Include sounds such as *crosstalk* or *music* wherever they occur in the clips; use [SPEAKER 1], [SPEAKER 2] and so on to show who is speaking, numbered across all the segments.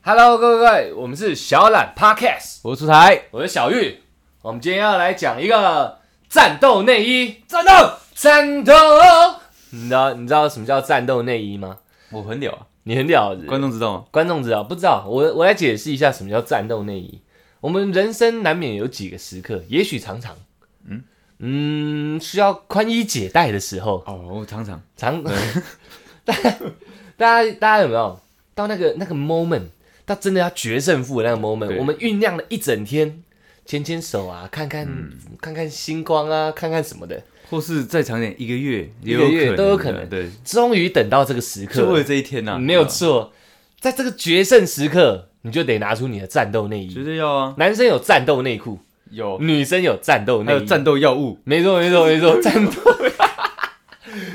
[SPEAKER 1] Hello，各位各位，我们是小懒 Podcast，
[SPEAKER 2] 我出台，
[SPEAKER 1] 我是小玉。我们今天要来讲一个战斗内衣，
[SPEAKER 2] 战斗，
[SPEAKER 1] 战斗。你知道你知道什么叫战斗内衣吗？
[SPEAKER 2] 我很屌啊！
[SPEAKER 1] 你很了解，
[SPEAKER 2] 观众知道吗？
[SPEAKER 1] 观众知道不知道？我我来解释一下什么叫战斗内衣。我们人生难免有几个时刻，也许常常，嗯嗯，需要宽衣解带的时候，
[SPEAKER 2] 哦，我常常
[SPEAKER 1] 常， *laughs* 大家大家有没有到那个那个 moment，到真的要决胜负的那个 moment，
[SPEAKER 2] 对
[SPEAKER 1] 我们酝酿了一整天，牵牵手啊，看看、
[SPEAKER 2] 嗯
[SPEAKER 1] 看看星光啊，看看什么的，
[SPEAKER 2] 或是再长点，一个月也
[SPEAKER 1] 一
[SPEAKER 2] 有
[SPEAKER 1] 个
[SPEAKER 2] 可
[SPEAKER 1] 月
[SPEAKER 2] 能的，
[SPEAKER 1] 都有可能
[SPEAKER 2] 对，
[SPEAKER 1] 终于等到这个时
[SPEAKER 2] 就啊为了
[SPEAKER 1] 刻，
[SPEAKER 2] 这一天呐、
[SPEAKER 1] 没有错，在这个决胜时刻，你就得拿出你的战斗内
[SPEAKER 2] 绝
[SPEAKER 1] 衣。
[SPEAKER 2] 对要啊，
[SPEAKER 1] 男生有战斗内裤，
[SPEAKER 2] 有，
[SPEAKER 1] 女生有战斗
[SPEAKER 2] 还
[SPEAKER 1] 内
[SPEAKER 2] 有
[SPEAKER 1] 衣，
[SPEAKER 2] 战斗药物，
[SPEAKER 1] 没错没错没
[SPEAKER 2] *laughs*
[SPEAKER 1] 错，战斗。 *laughs*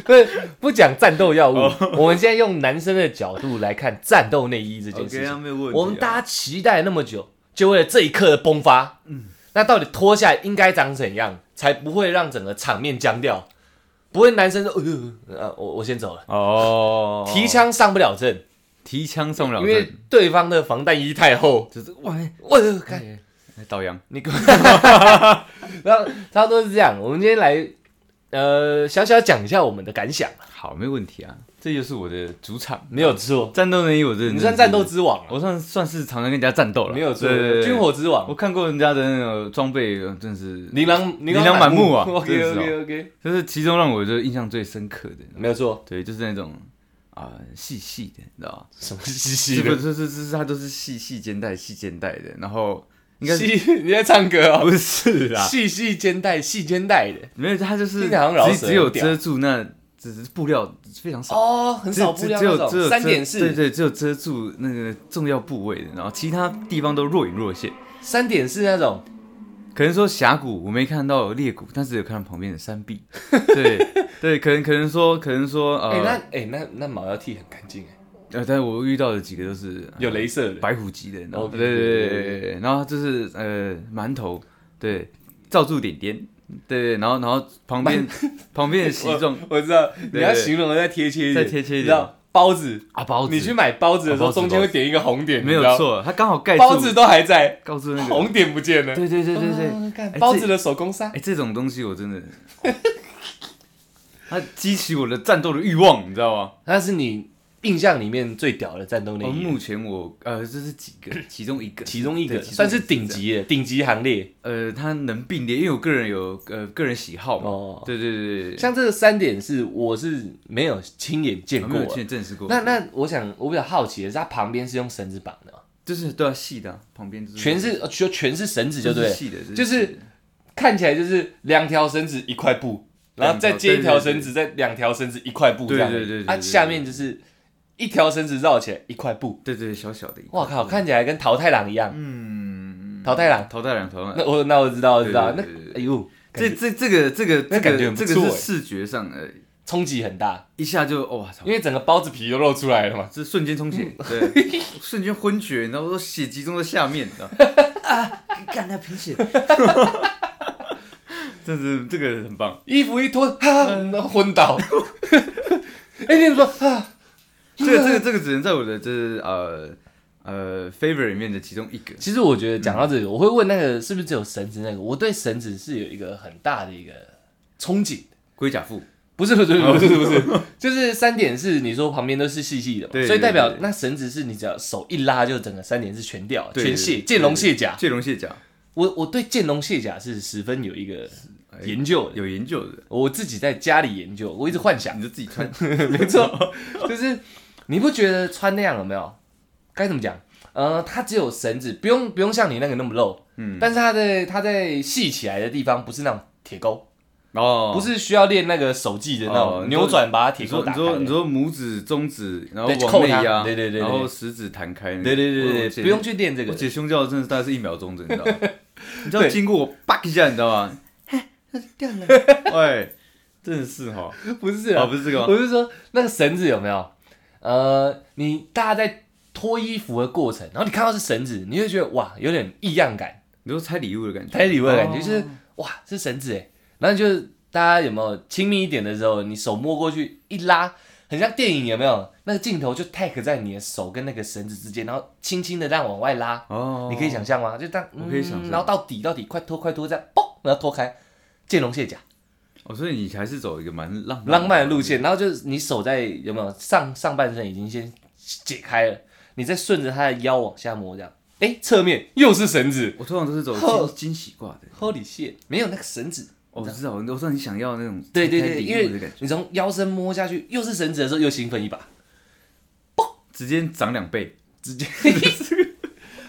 [SPEAKER 1] 不不讲战斗药物，
[SPEAKER 2] 哦
[SPEAKER 1] 我们现在用男生的角度来看战斗内衣这件事
[SPEAKER 2] OK 啊
[SPEAKER 1] 情。
[SPEAKER 2] 没有问题啊
[SPEAKER 1] 我们大家期待那么久，就为了这一刻的迸发。
[SPEAKER 2] 嗯
[SPEAKER 1] 那到底脱下来应该长怎样，才不会让整个场面僵掉？不会男生说，呃，呃我我先走了，
[SPEAKER 2] 哦，
[SPEAKER 1] 提枪上不了阵，
[SPEAKER 2] 提枪送老
[SPEAKER 1] 因为
[SPEAKER 2] 阵，
[SPEAKER 1] 对方的防弹衣太厚。呃
[SPEAKER 2] 就是哇，哎
[SPEAKER 1] 我看
[SPEAKER 2] 哎倒羊，
[SPEAKER 1] 你给我，然后差不多是这样。我们今天来，呃，小小讲一下我们的感想。
[SPEAKER 2] 好，没问题啊，这就是我的主场，
[SPEAKER 1] 没有错，
[SPEAKER 2] 战斗内衣，我真的
[SPEAKER 1] 你算战斗，之王啊，
[SPEAKER 2] 我算算是常常跟人家战斗了，
[SPEAKER 1] 没有错，
[SPEAKER 2] 对对对
[SPEAKER 1] 军火之
[SPEAKER 2] 我
[SPEAKER 1] 王，
[SPEAKER 2] 看过人家的那个装备，呃真是，
[SPEAKER 1] 琳琅
[SPEAKER 2] 琳琅满目啊
[SPEAKER 1] OK
[SPEAKER 2] 真的是
[SPEAKER 1] OK OK，
[SPEAKER 2] 就是其中让我就印象最深刻的，
[SPEAKER 1] 没有错，
[SPEAKER 2] 对，就是那种啊细细的，你知道吗？
[SPEAKER 1] 什么嘻
[SPEAKER 2] 是
[SPEAKER 1] 嘻
[SPEAKER 2] 不是是是是，它都是细细肩带、细肩带的，然后应该是
[SPEAKER 1] 细，你在唱歌哦，
[SPEAKER 2] 不是啊啦？
[SPEAKER 1] 细细肩带，细肩带的
[SPEAKER 2] 没有，它就是
[SPEAKER 1] 听起来好像饶舌
[SPEAKER 2] 只只有
[SPEAKER 1] 很屌
[SPEAKER 2] 遮住那，只是布料非常少，
[SPEAKER 1] 哦，很
[SPEAKER 2] 只
[SPEAKER 1] 少布料
[SPEAKER 2] 只有
[SPEAKER 1] 那
[SPEAKER 2] 只有
[SPEAKER 1] 种，
[SPEAKER 2] 遮
[SPEAKER 1] 三点
[SPEAKER 2] 对
[SPEAKER 1] 四，
[SPEAKER 2] 对，只有遮住那个重要部位的，然后其他地方都若隐若现。
[SPEAKER 1] 三点四那种，
[SPEAKER 2] 可能说峡谷我没看到有裂谷，但是有看到旁边的山壁。对
[SPEAKER 1] *laughs*
[SPEAKER 2] 对，可能可能说可能说
[SPEAKER 1] 哎，那
[SPEAKER 2] 呃
[SPEAKER 1] 哎那那毛要剃很干净哎，
[SPEAKER 2] 呃，但我遇到的几个都是
[SPEAKER 1] 有镭射的，
[SPEAKER 2] 白虎级的，然后
[SPEAKER 1] OK，
[SPEAKER 2] 对对对对对，然后就是呃馒头，对，罩住点点，对对，然后然后旁边 *laughs* 旁边的西
[SPEAKER 1] *laughs*
[SPEAKER 2] 装
[SPEAKER 1] *laughs* 我知道你要
[SPEAKER 2] 对对
[SPEAKER 1] 形容的再贴切一点，
[SPEAKER 2] 再贴切
[SPEAKER 1] 你
[SPEAKER 2] 一点
[SPEAKER 1] 知道包子，
[SPEAKER 2] 啊包子，
[SPEAKER 1] 你去买包子的时候
[SPEAKER 2] 哦包子
[SPEAKER 1] 中间会
[SPEAKER 2] 包
[SPEAKER 1] 点一个红点，
[SPEAKER 2] 没
[SPEAKER 1] 你知道
[SPEAKER 2] 有，错，它刚好盖住
[SPEAKER 1] 包子都还在，
[SPEAKER 2] 盖住那个，
[SPEAKER 1] 红点不见了，
[SPEAKER 2] 对对对对对，
[SPEAKER 1] 啊看
[SPEAKER 2] 哎
[SPEAKER 1] 包
[SPEAKER 2] 这
[SPEAKER 1] 子的手工纱
[SPEAKER 2] 哎，这种东西我真的， *laughs* 它激起我的战斗的欲望，你知道吗？
[SPEAKER 1] 那是你印象里面最屌的战斗内
[SPEAKER 2] 而
[SPEAKER 1] 衣，
[SPEAKER 2] 目前我呃这是几个，其中一个，
[SPEAKER 1] 其中一个
[SPEAKER 2] 对其中
[SPEAKER 1] 算是
[SPEAKER 2] 一个
[SPEAKER 1] 顶
[SPEAKER 2] 这样
[SPEAKER 1] 级的顶级行列
[SPEAKER 2] 呃，它能并列，因为我个人有呃个人喜好嘛，
[SPEAKER 1] 哦。
[SPEAKER 2] 对对对对，
[SPEAKER 1] 像这个三点是我是没有亲眼见
[SPEAKER 2] 有
[SPEAKER 1] 过
[SPEAKER 2] 没有
[SPEAKER 1] 的。
[SPEAKER 2] 去证实过？
[SPEAKER 1] 那那我想我比较好奇的是，它旁边是用绳子绑的吗，
[SPEAKER 2] 就是都要细的啊、旁边就是
[SPEAKER 1] 全是呃就全是绳子，就
[SPEAKER 2] 就
[SPEAKER 1] 对
[SPEAKER 2] 是
[SPEAKER 1] 了，
[SPEAKER 2] 细的，
[SPEAKER 1] 就是看起来就是两条绳子一块布，然后再接一条绳子，再两条绳子一块布这
[SPEAKER 2] 对
[SPEAKER 1] 样。
[SPEAKER 2] 对对对对
[SPEAKER 1] 啊，
[SPEAKER 2] 对
[SPEAKER 1] 下面就是一条绳子绕起来一块布。
[SPEAKER 2] 对对对小小的一块。
[SPEAKER 1] 哇靠，看起来跟桃太郎一样。
[SPEAKER 2] 嗯，
[SPEAKER 1] 桃太郎，
[SPEAKER 2] 头戴两头戴。
[SPEAKER 1] 那我那我知道，我知道。那
[SPEAKER 2] 对对对对
[SPEAKER 1] 哎呦，
[SPEAKER 2] 这这这个这个
[SPEAKER 1] 那
[SPEAKER 2] 这
[SPEAKER 1] 感觉
[SPEAKER 2] 个
[SPEAKER 1] 很不
[SPEAKER 2] 这
[SPEAKER 1] 错
[SPEAKER 2] 个是
[SPEAKER 1] 欸
[SPEAKER 2] 视觉上呃，
[SPEAKER 1] 冲击很大，
[SPEAKER 2] 一下就哦哇操
[SPEAKER 1] 因，为整嗯个包子皮都露出来了嘛。
[SPEAKER 2] 这瞬间充血，
[SPEAKER 1] *laughs*
[SPEAKER 2] 对，瞬间昏厥，然后说血集中在下面，你知道啊，干他贫
[SPEAKER 1] *laughs*
[SPEAKER 2] 血，这是这个很棒，
[SPEAKER 1] 衣服一脱，哈，昏 *laughs* 倒。哎、你怎么啊？
[SPEAKER 2] 这个这个这个只能在我的就是呃呃 favor 里面的其中一个，
[SPEAKER 1] 其实我觉得讲到这里，我会问那个是不是只有绳子那个，我对绳子是有一个很大的一个憧憬。
[SPEAKER 2] 龟甲腹，
[SPEAKER 1] 不是不是不是不是不是，就是三点是你说旁边都是细细的嘛，
[SPEAKER 2] 对
[SPEAKER 1] 所以代表
[SPEAKER 2] 对对
[SPEAKER 1] 那绳子是你只要手一拉就整个三点是全掉，
[SPEAKER 2] 对
[SPEAKER 1] 全卸，见龙卸甲。
[SPEAKER 2] 剑龙卸甲，
[SPEAKER 1] 我我对见龙卸甲是十分有一个研究的，
[SPEAKER 2] 有研究的，
[SPEAKER 1] 我自己在家里研究，我一直幻想，
[SPEAKER 2] 你就自己
[SPEAKER 1] *laughs*
[SPEAKER 2] 穿，
[SPEAKER 1] 没错，就是你不觉得穿那样有没有？该怎么讲？呃，它只有绳子，不用不用像你那个那么露，
[SPEAKER 2] 嗯，
[SPEAKER 1] 但是它的它在系起来的地方不是那种铁钩，
[SPEAKER 2] 哦，
[SPEAKER 1] 不是需要练那个手技的那
[SPEAKER 2] 哦
[SPEAKER 1] 种扭转把它铁
[SPEAKER 2] 你
[SPEAKER 1] 钩
[SPEAKER 2] 说
[SPEAKER 1] 打
[SPEAKER 2] 你
[SPEAKER 1] 开
[SPEAKER 2] 说你
[SPEAKER 1] 的。
[SPEAKER 2] 说拇指、中指，然后
[SPEAKER 1] 对
[SPEAKER 2] 往内
[SPEAKER 1] 扣它
[SPEAKER 2] 压，
[SPEAKER 1] 对对对对
[SPEAKER 2] 然后食指弹开，
[SPEAKER 1] 对对对对
[SPEAKER 2] 我
[SPEAKER 1] 对，
[SPEAKER 2] 姐
[SPEAKER 1] 不用。去练这
[SPEAKER 2] 我
[SPEAKER 1] 个。
[SPEAKER 2] 姐胸罩真的是大概是一秒钟的，你知
[SPEAKER 1] *laughs*
[SPEAKER 2] 道吗？你知道
[SPEAKER 1] 对
[SPEAKER 2] 经过我叭一下，你知道吗？掉了， *laughs* 喂，真的是哈，
[SPEAKER 1] 不是
[SPEAKER 2] 哦，
[SPEAKER 1] 啊，
[SPEAKER 2] *laughs* 不是这个吗，
[SPEAKER 1] 我是说那个绳子有没有？呃，你大家在脱衣服的过程，然后你看到是绳子，你会觉得哇，有点异样感。
[SPEAKER 2] 你说拆礼物的感觉，
[SPEAKER 1] 拍礼物的感觉，
[SPEAKER 2] 哦
[SPEAKER 1] 就是哇，是欸绳子哎。然后就是大家有没有亲密一点的时候，你手摸过去一拉，很像电影有没有？那个镜头就 tag 在你的手跟那个绳子之间，然后轻轻的这样往外拉，
[SPEAKER 2] 哦，
[SPEAKER 1] 你可以想象吗？就这样，嗯
[SPEAKER 2] 我可以想象
[SPEAKER 1] 然后到底到底，快脱快脱，这样嘣，然后脱开，见龙卸甲，
[SPEAKER 2] 哦，所以你还是走一个蛮浪漫
[SPEAKER 1] 浪漫的路线。然后就是你手在有没有上上半身已经先解开了，你再顺着他的腰往下摸，这样，哎，侧面又是绳子，
[SPEAKER 2] 我通常都是走
[SPEAKER 1] 呵
[SPEAKER 2] 惊惊喜挂的。
[SPEAKER 1] Holy shit！没有那个绳子，
[SPEAKER 2] 哦我知道，我知道你想要那种
[SPEAKER 1] 对对
[SPEAKER 2] 开
[SPEAKER 1] 对，
[SPEAKER 2] 礼
[SPEAKER 1] 因
[SPEAKER 2] 物的感
[SPEAKER 1] 为
[SPEAKER 2] 觉，
[SPEAKER 1] 你从腰身摸下去，又是绳子的时候，又兴奋一把。
[SPEAKER 2] 直接涨两倍
[SPEAKER 1] 直接，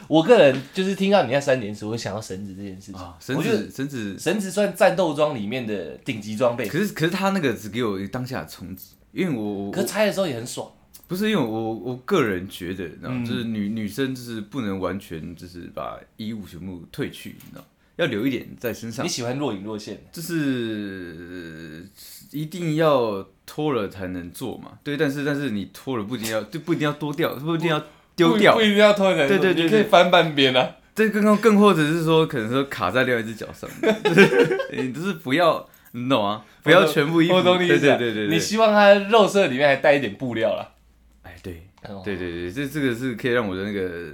[SPEAKER 1] 我个人就是听到你那三点词，我会想到绳子这件事情。
[SPEAKER 2] 啊！绳
[SPEAKER 1] 我觉得
[SPEAKER 2] 子绳子，
[SPEAKER 1] 绳子算战斗装里面的顶级装备，
[SPEAKER 2] 可是可是他那个只给我当下的冲击，因为我我
[SPEAKER 1] 可是拆的时候也很爽。
[SPEAKER 2] 不是因为我我个人觉得，你知道吗，
[SPEAKER 1] 嗯
[SPEAKER 2] 就是女女生就是不能完全就是把衣物全部褪去，你知道吗，要留一点在身上
[SPEAKER 1] 你，喜欢若隐若现的，
[SPEAKER 2] 就是呃一定要脱了才能做嘛。对，但是但是你脱了不一定要，就不一定要多掉，不一定要丢掉
[SPEAKER 1] 不，一定要脱人，
[SPEAKER 2] 对对对
[SPEAKER 1] 你可以
[SPEAKER 2] 对
[SPEAKER 1] 翻半边啊。
[SPEAKER 2] 这更更更或者是说，可能说卡在另外一只脚上，你就是 *laughs* 不要，你懂啊？不要全部衣服，
[SPEAKER 1] 我懂你意
[SPEAKER 2] 对
[SPEAKER 1] 思
[SPEAKER 2] 对
[SPEAKER 1] 啊。
[SPEAKER 2] 对对，
[SPEAKER 1] 你
[SPEAKER 2] 对
[SPEAKER 1] 希望它肉色里面还带一点布料啦。
[SPEAKER 2] 哎对。
[SPEAKER 1] 哦
[SPEAKER 2] 对对对，这这个是可以让我的那个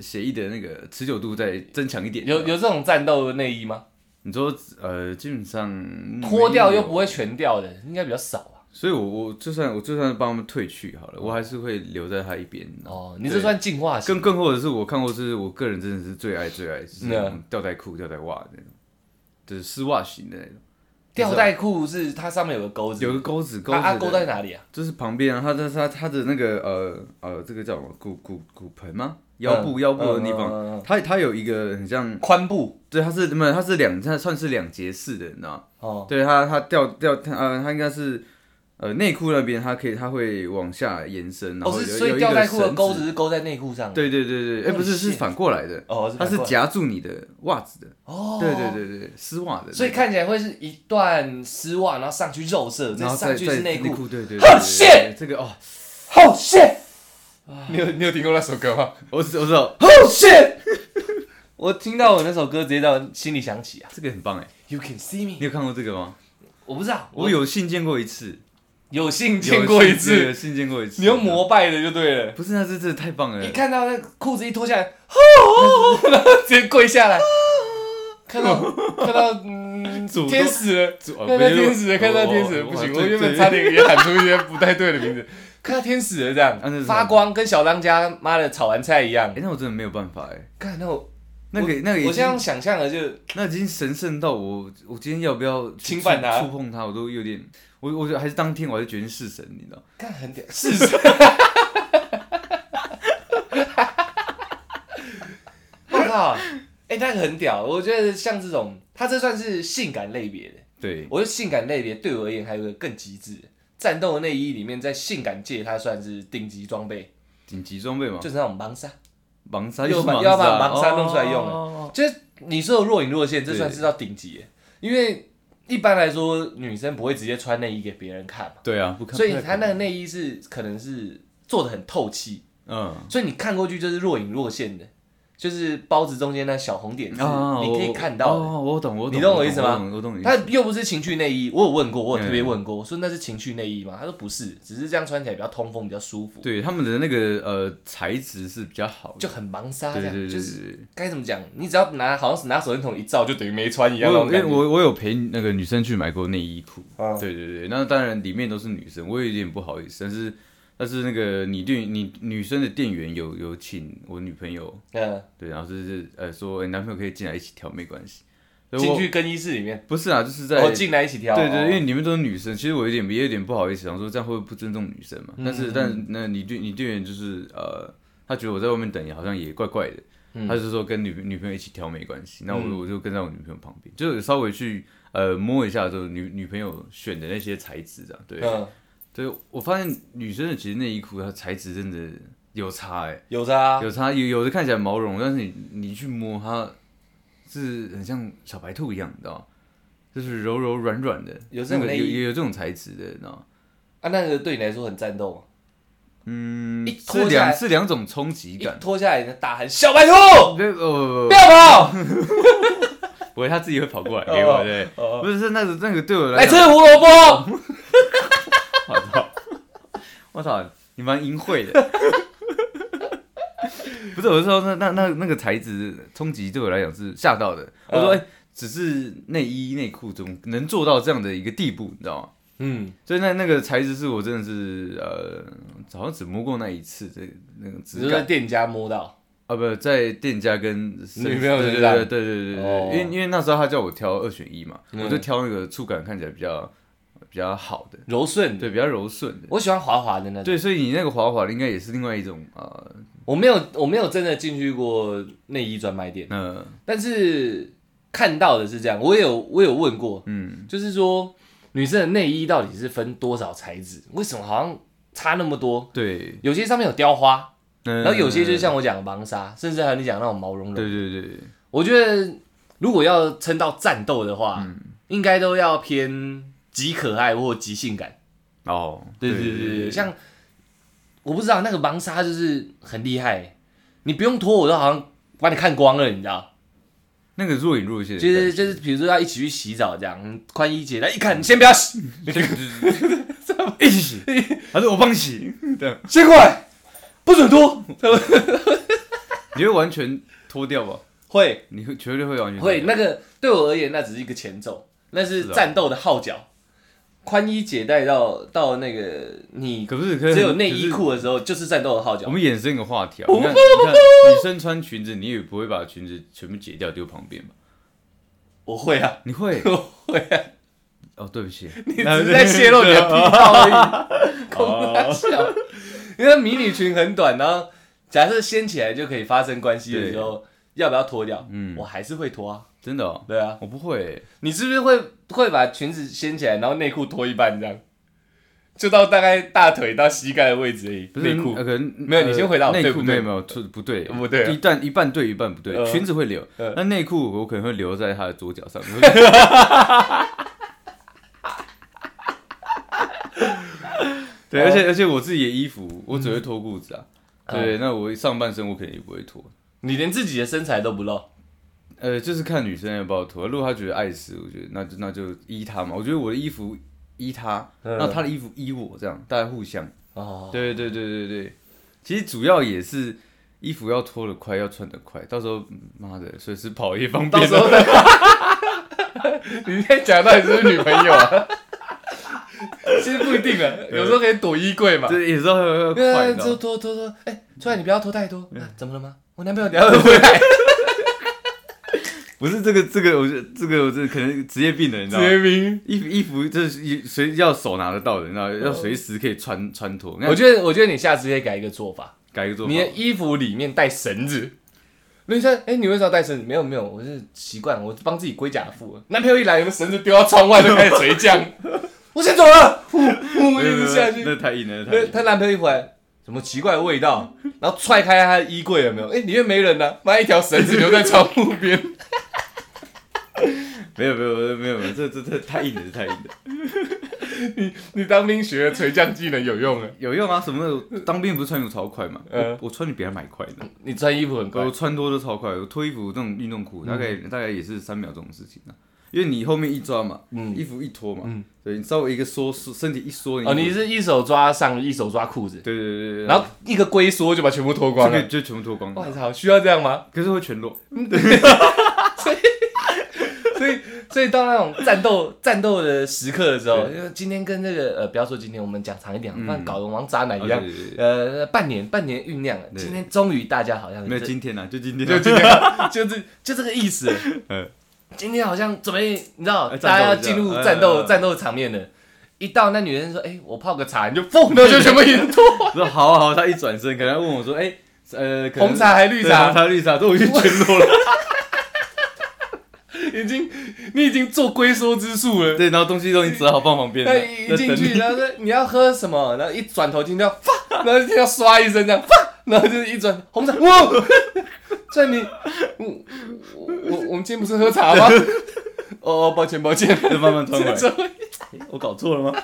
[SPEAKER 2] 协议的那个持久度再增强一点。
[SPEAKER 1] 有有这种战斗内衣吗？
[SPEAKER 2] 你说呃，基本上
[SPEAKER 1] 脱掉又不
[SPEAKER 2] 会，
[SPEAKER 1] 会全掉的，应该比较少啊吧？
[SPEAKER 2] 所以我我就算我就算帮他们退去好了，我还是会留在他一边。
[SPEAKER 1] 哦，你这算进化型
[SPEAKER 2] 更更或者是我看过，就是我个人真的是最爱最爱就是那
[SPEAKER 1] 嗯
[SPEAKER 2] 种吊带裤、吊带袜的那种，就是丝袜型的那种，
[SPEAKER 1] 吊带裤是它上面有个钩子，
[SPEAKER 2] 有个钩子，钩
[SPEAKER 1] 它它
[SPEAKER 2] 子
[SPEAKER 1] 钩
[SPEAKER 2] 的
[SPEAKER 1] 在哪里啊？
[SPEAKER 2] 就是旁边啊，它的它它的那个呃呃，这个叫什么骨骨骨盆吗？腰部
[SPEAKER 1] 嗯
[SPEAKER 2] 腰部的地
[SPEAKER 1] 嗯
[SPEAKER 2] 方，
[SPEAKER 1] 嗯嗯嗯
[SPEAKER 2] 它它有一个很像
[SPEAKER 1] 髋部
[SPEAKER 2] 对，它是没有，它是两，它算是两节式的，你知道吗？
[SPEAKER 1] 哦，
[SPEAKER 2] 对，它它掉掉它呃，它应该是呃内裤那边，它可以它会往下延伸，然
[SPEAKER 1] 哦
[SPEAKER 2] 后有、
[SPEAKER 1] 是所
[SPEAKER 2] 有
[SPEAKER 1] 以
[SPEAKER 2] 一
[SPEAKER 1] 吊
[SPEAKER 2] 个
[SPEAKER 1] 带裤的
[SPEAKER 2] 绳
[SPEAKER 1] 钩子。是钩在内裤上的，
[SPEAKER 2] 对对对对，哎、
[SPEAKER 1] Holy
[SPEAKER 2] 不是，是
[SPEAKER 1] shit
[SPEAKER 2] 反过来的，
[SPEAKER 1] 哦，
[SPEAKER 2] 它是
[SPEAKER 1] 反过来
[SPEAKER 2] 夹住你的袜子的，
[SPEAKER 1] 哦，
[SPEAKER 2] 对对对对，丝袜的，
[SPEAKER 1] 所以看起来会是一段丝袜，然后上去肉色，
[SPEAKER 2] 然后
[SPEAKER 1] 上
[SPEAKER 2] 再
[SPEAKER 1] 去
[SPEAKER 2] 再
[SPEAKER 1] 是内
[SPEAKER 2] 内
[SPEAKER 1] 裤。
[SPEAKER 2] 裤，对对对
[SPEAKER 1] Oh
[SPEAKER 2] 对对对这个哦，
[SPEAKER 1] *laughs* Oh shit！你有你有听过那首歌吗
[SPEAKER 2] 我知我知道，
[SPEAKER 1] *laughs* ？Oh shit！我听到我那首歌直接到心里想起啊
[SPEAKER 2] 这个很棒哎，
[SPEAKER 1] ，You can see
[SPEAKER 2] 你
[SPEAKER 1] me。
[SPEAKER 2] 有看过这个吗？
[SPEAKER 1] 我不知道，
[SPEAKER 2] 我有幸见过一次，
[SPEAKER 1] 有幸见过一
[SPEAKER 2] 有幸有
[SPEAKER 1] 次，
[SPEAKER 2] 幸见过一次，
[SPEAKER 1] 你用膜拜的就对了。
[SPEAKER 2] 不是，那这这太棒了
[SPEAKER 1] 一，看到那个裤子一脱下 *laughs* 来，然后直接跪下 *laughs* 来，看 *laughs* 到看到嗯
[SPEAKER 2] 主动
[SPEAKER 1] 天使了，
[SPEAKER 2] 主
[SPEAKER 1] 看到天使了，看到天使了，不行，我原本差。点也喊出一些不太对的名字，看到天使了这
[SPEAKER 2] 那是
[SPEAKER 1] 样
[SPEAKER 2] 什么
[SPEAKER 1] 发光，跟小当家妈的炒完菜一样
[SPEAKER 2] 哎、。那我真的没有办法哎、
[SPEAKER 1] 看那我
[SPEAKER 2] 那个那个已
[SPEAKER 1] 我现在
[SPEAKER 2] 经
[SPEAKER 1] 想象的就
[SPEAKER 2] 那已经神圣到我我今天要不要去
[SPEAKER 1] 侵犯它
[SPEAKER 2] 触触碰它，我都有点，我我觉得还是当天我还是决定弑神，你知道？
[SPEAKER 1] 看很屌，是是。 *laughs* 我靠，哎，那个很屌，我觉得像这种，它这算是性感类别的。
[SPEAKER 2] 对，
[SPEAKER 1] 我觉得性感类别对我而言还有一个更极致的，战斗内衣里面在性感界它算是顶级装备，
[SPEAKER 2] 紧急装备嘛，
[SPEAKER 1] 就是那种盲纱，
[SPEAKER 2] 盲杀
[SPEAKER 1] 又
[SPEAKER 2] 就是
[SPEAKER 1] 把
[SPEAKER 2] 盲
[SPEAKER 1] 又要
[SPEAKER 2] 杀
[SPEAKER 1] 把盲杀弄出来用了
[SPEAKER 2] 哦
[SPEAKER 1] 就是你说的若隐若现，这
[SPEAKER 2] 对
[SPEAKER 1] 算是到顶级耶，因为一般来说女生不会直接穿内衣给别人看嘛，
[SPEAKER 2] 对啊，不看，
[SPEAKER 1] 所以她那个内衣是可能是做的很透气，
[SPEAKER 2] 嗯，
[SPEAKER 1] 所以你看过去就是若隐若现的，就是包子中间那小红点是
[SPEAKER 2] 啊，
[SPEAKER 1] 你可以
[SPEAKER 2] 我
[SPEAKER 1] 看到的。
[SPEAKER 2] 哦，我懂，我懂，
[SPEAKER 1] 你懂我意思吗
[SPEAKER 2] 我懂我懂你意思。
[SPEAKER 1] 它又不是情趣内衣，我有问过，我有特别问过，我说那是情趣内衣吗？他说不是，只是这样穿起来比较通风，比较舒服，
[SPEAKER 2] 对他们的那个呃材质是比较好的，
[SPEAKER 1] 就很盲杀这
[SPEAKER 2] 对对
[SPEAKER 1] 样，
[SPEAKER 2] 对
[SPEAKER 1] 就
[SPEAKER 2] 对
[SPEAKER 1] 是
[SPEAKER 2] 对。
[SPEAKER 1] 该怎么讲，你只要拿好像是拿手电筒一照，就等于没穿一样那
[SPEAKER 2] 我有
[SPEAKER 1] 种
[SPEAKER 2] 因
[SPEAKER 1] 感
[SPEAKER 2] 为
[SPEAKER 1] 觉。
[SPEAKER 2] 我我有陪那个女生去买过内衣裤，
[SPEAKER 1] 啊
[SPEAKER 2] 对对对，那当然里面都是女生，我有一点不好意思，但是但是那个你店你女生的店员有有请我女朋友，
[SPEAKER 1] 嗯，
[SPEAKER 2] 对，然后就是呃说、欸男朋友可以进来一起挑没关系，所以
[SPEAKER 1] 进
[SPEAKER 2] 我
[SPEAKER 1] 去更衣室里面，
[SPEAKER 2] 不是啊，就是在、
[SPEAKER 1] 我进来一起挑。
[SPEAKER 2] 对对，
[SPEAKER 1] 哦
[SPEAKER 2] 因为里面都是女生，其实我有点也有点不好意思，想说这样会不会不尊重女生
[SPEAKER 1] 嗯
[SPEAKER 2] 嘛？但是但那你店你店员就是呃，他觉得我在外面等也好像也怪怪的，
[SPEAKER 1] 嗯
[SPEAKER 2] 他就说跟女女朋友一起挑没关系，那我、我就跟在我女朋友旁边，就稍微去呃摸一下，就女女朋友选的那些材质啊，对，
[SPEAKER 1] 嗯，
[SPEAKER 2] 对我发现女生的其实内衣裤它材质真的有差哎、
[SPEAKER 1] 有的啊，
[SPEAKER 2] 有差有有的看起来毛绒，但是你你去摸它是很像小白兔一样，你知道吗？就是柔柔软软的，
[SPEAKER 1] 有这种
[SPEAKER 2] 那个
[SPEAKER 1] 内
[SPEAKER 2] 有
[SPEAKER 1] 衣
[SPEAKER 2] 有有这种材质的，你知道吗？
[SPEAKER 1] 啊，那个对你来说很战斗吗？嗯，一
[SPEAKER 2] 是
[SPEAKER 1] 脱下
[SPEAKER 2] 两
[SPEAKER 1] 来，
[SPEAKER 2] 是两种冲击
[SPEAKER 1] 一
[SPEAKER 2] 感。
[SPEAKER 1] 脱下来，你就大喊小白兔，
[SPEAKER 2] 对，哦
[SPEAKER 1] 不，要跑，哦
[SPEAKER 2] 不会，他自己会跑过来 *laughs* 给我，对，不是是那个那个对我
[SPEAKER 1] 来
[SPEAKER 2] 来
[SPEAKER 1] 吃
[SPEAKER 2] 讲，
[SPEAKER 1] 胡萝卜。
[SPEAKER 2] 我操，我操，你蛮淫秽的。 *laughs* 不是，我是说那那那那个材质冲击对我来讲是吓到的。我
[SPEAKER 1] 嗯
[SPEAKER 2] 说，哎、只是内衣内裤怎么能做到这样的一个地步，你知道吗？
[SPEAKER 1] 嗯，
[SPEAKER 2] 所以那那个材质是我真的是呃，好像只摸过那一次，这那个
[SPEAKER 1] 只
[SPEAKER 2] 质
[SPEAKER 1] 是在
[SPEAKER 2] 感
[SPEAKER 1] 店家摸到，
[SPEAKER 2] 啊，不在店家跟
[SPEAKER 1] 女朋友
[SPEAKER 2] 对
[SPEAKER 1] 之
[SPEAKER 2] 对
[SPEAKER 1] 间
[SPEAKER 2] 对对对对对，
[SPEAKER 1] 哦
[SPEAKER 2] 因为因为那时候他叫我挑二选一嘛，
[SPEAKER 1] 嗯
[SPEAKER 2] 我就挑那个触感看起来比较比较好的，
[SPEAKER 1] 柔顺的。
[SPEAKER 2] 对，比较柔顺的。
[SPEAKER 1] 我喜欢滑滑的那种。
[SPEAKER 2] 对，所以你那个滑滑的应该也是另外一种呃，
[SPEAKER 1] 我没有，我没有真的进去过内衣专卖店，
[SPEAKER 2] 那
[SPEAKER 1] 但是看到的是这样。我有，我有问过，
[SPEAKER 2] 嗯，
[SPEAKER 1] 就是说女生的内衣到底是分多少材质？为什么好像差那么多？
[SPEAKER 2] 对，
[SPEAKER 1] 有些上面有雕花，
[SPEAKER 2] 然
[SPEAKER 1] 然后有些就是像我讲的盲纱，甚至还有你讲的那种毛茸茸。
[SPEAKER 2] 对对对，
[SPEAKER 1] 我觉得如果要撑到战斗的话，应该都要偏极可爱或极性感。
[SPEAKER 2] 哦，
[SPEAKER 1] 对对对对，像我不知道那个盲纱就是很厉害，你不用脱我都好像把你看光了，你知道？
[SPEAKER 2] 那个若隐若现的
[SPEAKER 1] 就
[SPEAKER 2] 感觉，
[SPEAKER 1] 是
[SPEAKER 2] *laughs*
[SPEAKER 1] 就是，比如说要一起去洗澡这样，宽衣解带一看，你先不要洗， *laughs*
[SPEAKER 2] 一起洗，还是我帮你洗，这样，
[SPEAKER 1] 先过来，不准脱，
[SPEAKER 2] 你会完全脱掉吧？
[SPEAKER 1] 会
[SPEAKER 2] 你会绝对会完全脱
[SPEAKER 1] 会
[SPEAKER 2] 掉
[SPEAKER 1] 那个对我而言那只是一个前奏，那是
[SPEAKER 2] 是啊
[SPEAKER 1] 战斗的号角。宽衣解带到到那个你
[SPEAKER 2] 可不是，可是
[SPEAKER 1] 只有内
[SPEAKER 2] 可
[SPEAKER 1] 衣
[SPEAKER 2] 是
[SPEAKER 1] 裤的时候，就是战斗的号角
[SPEAKER 2] 我。们衍生一个话题啊，
[SPEAKER 1] 我
[SPEAKER 2] 你看，你看女生穿裙子，你也不会把裙子全部解掉丢旁边吧？
[SPEAKER 1] 我会
[SPEAKER 2] *laughs*
[SPEAKER 1] 啊，
[SPEAKER 2] 你会？
[SPEAKER 1] 我会啊，
[SPEAKER 2] 哦，对不起，
[SPEAKER 1] *laughs*
[SPEAKER 2] 啊
[SPEAKER 1] 你只是在泄露你
[SPEAKER 2] *laughs*
[SPEAKER 1] 的癖好而已， *laughs* 空大笑。因为迷你裙很短，然后假设掀起来就可以发生关系的时候，要不要脱掉？嗯，我还是会脱啊。
[SPEAKER 2] 真的哦，
[SPEAKER 1] 对啊，
[SPEAKER 2] 我不会，
[SPEAKER 1] 你是不是会会把裙子掀起来，然后内裤脱一半这样？就到大概大腿到膝盖的位置而已，
[SPEAKER 2] 不是
[SPEAKER 1] 内裤
[SPEAKER 2] 呃可能
[SPEAKER 1] 没有你
[SPEAKER 2] 呃
[SPEAKER 1] 先回答我
[SPEAKER 2] 内
[SPEAKER 1] 对
[SPEAKER 2] 裤
[SPEAKER 1] 不
[SPEAKER 2] 没
[SPEAKER 1] 对
[SPEAKER 2] 有没有错不对
[SPEAKER 1] 不对啊
[SPEAKER 2] 一半一半对一半不对
[SPEAKER 1] 呃，
[SPEAKER 2] 裙子会留
[SPEAKER 1] 呃，
[SPEAKER 2] 那内裤我可能会留在她的左脚
[SPEAKER 1] *laughs*
[SPEAKER 2] 上面。对，而且而且我自己的衣服，我只会脱裤子啊。
[SPEAKER 1] 嗯
[SPEAKER 2] 对，那我上半身我肯定也不会脱，
[SPEAKER 1] 你连自己的身材都不露。
[SPEAKER 2] 呃，就是看女生要不要脱。如果她觉得碍事，我觉得那就那就依她嘛。我觉得我的衣服依她，
[SPEAKER 1] 嗯
[SPEAKER 2] 那她的衣服依我，这样大家互相。
[SPEAKER 1] 哦，
[SPEAKER 2] 对对对对对，其实主要也是衣服要脱得快，要穿得快，到时候嗯妈的随时跑也方
[SPEAKER 1] 到
[SPEAKER 2] 便啊
[SPEAKER 1] 时。候再。 *laughs* 你在讲到底是不是女朋友啊？ *laughs* 其实不一 *laughs* 定啊，有时候可以躲衣柜嘛。
[SPEAKER 2] 对，有时候要
[SPEAKER 1] 对
[SPEAKER 2] 快，你知道
[SPEAKER 1] 就
[SPEAKER 2] 吗
[SPEAKER 1] 拖拖拖，哎，出来你不要拖太多。啊怎么了吗？我男朋友等下会回 *laughs* 来，
[SPEAKER 2] 不是这个这个，我觉得这个我这可能职业病人，你知道吗？
[SPEAKER 1] 明。
[SPEAKER 2] 衣服衣服这是随要手拿得到的，你知道吗，要随时可以穿穿脱。
[SPEAKER 1] 哦我
[SPEAKER 2] 我
[SPEAKER 1] 觉得，我觉得你下次可以改一个做法，
[SPEAKER 2] 改一个做法
[SPEAKER 1] 你，的衣服里面带绳子。女生，哎，你为什么要带绳子？没有没有，我是习惯，我帮自己龟甲付了。男朋友一来，有个绳子丢到窗外就开始垂降。我先走了，呼呼，一
[SPEAKER 2] 没有没有
[SPEAKER 1] 直下去。
[SPEAKER 2] 那太硬
[SPEAKER 1] 那
[SPEAKER 2] 了，那太硬了。
[SPEAKER 1] 她男朋友一回来，什么奇怪的味道，然后踹开她的衣柜有没有？哎、里面没人呢、把一条绳子留在窗户边。
[SPEAKER 2] 没有没有没有没有，没有这这这太硬了，这太硬了。
[SPEAKER 1] 你当兵学的垂降技能有用啊？
[SPEAKER 2] 有用啊，什么的当兵不是穿衣服超快嘛？
[SPEAKER 1] 嗯
[SPEAKER 2] 我我穿的比他买快的。
[SPEAKER 1] 你穿衣服很
[SPEAKER 2] 我
[SPEAKER 1] 快，
[SPEAKER 2] 穿脱都超快，我脱衣服这种运动
[SPEAKER 1] 嗯
[SPEAKER 2] 裤，大概、大概也是三秒钟的事情啊。因为你后面一抓嘛，
[SPEAKER 1] 嗯
[SPEAKER 2] 衣服一脱嘛，
[SPEAKER 1] 嗯
[SPEAKER 2] 对你稍微一个缩，缩身体一缩，
[SPEAKER 1] 哦，
[SPEAKER 2] 衣服
[SPEAKER 1] 你是一手抓上，一手抓裤子，
[SPEAKER 2] 对对对对，
[SPEAKER 1] 然后一个龟缩就把全部脱光
[SPEAKER 2] 这个
[SPEAKER 1] 了。哦
[SPEAKER 2] 就全部脱光
[SPEAKER 1] 我
[SPEAKER 2] 了，
[SPEAKER 1] 操，需要这样吗？
[SPEAKER 2] 可是会全裸，
[SPEAKER 1] 所以，所以到那种战斗 *laughs* 战斗的时刻的时候，因为今天跟这个呃，不要说今天，我们讲长一点，不然搞得我们像渣男一样
[SPEAKER 2] 嗯哦对对。
[SPEAKER 1] 呃，半年半年酝酿了，
[SPEAKER 2] 对
[SPEAKER 1] 今天终于大家好像
[SPEAKER 2] 没有
[SPEAKER 1] 这
[SPEAKER 2] 今天啊，就
[SPEAKER 1] *laughs*
[SPEAKER 2] 今天、
[SPEAKER 1] 就
[SPEAKER 2] 啊，
[SPEAKER 1] 今天，就这就这个意思。
[SPEAKER 2] *laughs* 嗯
[SPEAKER 1] 今天好像准备，你知道，
[SPEAKER 2] 哎
[SPEAKER 1] 大家要
[SPEAKER 2] 战
[SPEAKER 1] 进
[SPEAKER 2] 斗一
[SPEAKER 1] 入
[SPEAKER 2] 下
[SPEAKER 1] 战斗
[SPEAKER 2] 哎
[SPEAKER 1] 战斗场面了。一到那女人说：“哎，我泡个茶。”你就疯了，就全部赢脱，
[SPEAKER 2] 我说好啊好啊，他一转身，可能问我说，哎、呃，可能
[SPEAKER 1] 红茶还绿
[SPEAKER 2] 对红
[SPEAKER 1] 茶，
[SPEAKER 2] 茶绿茶，说我就全裸了，
[SPEAKER 1] 已经你已经做龟缩之术了。
[SPEAKER 2] 对，然后东西都已经折好放旁边
[SPEAKER 1] 那
[SPEAKER 2] 了，
[SPEAKER 1] 一进
[SPEAKER 2] 在等
[SPEAKER 1] 去，
[SPEAKER 2] 你
[SPEAKER 1] 然后说你要喝什么，然后一转头听到“啪”，然后就听到唰一声这样“啪”，然后就是一转红茶，哇！所以你，我我我们今天不是喝茶吗？哦，抱歉抱歉，
[SPEAKER 2] 就慢慢穿回
[SPEAKER 1] *laughs*
[SPEAKER 2] 来，
[SPEAKER 1] 这会
[SPEAKER 2] 诶我搞错了
[SPEAKER 1] *laughs*
[SPEAKER 2] 吗？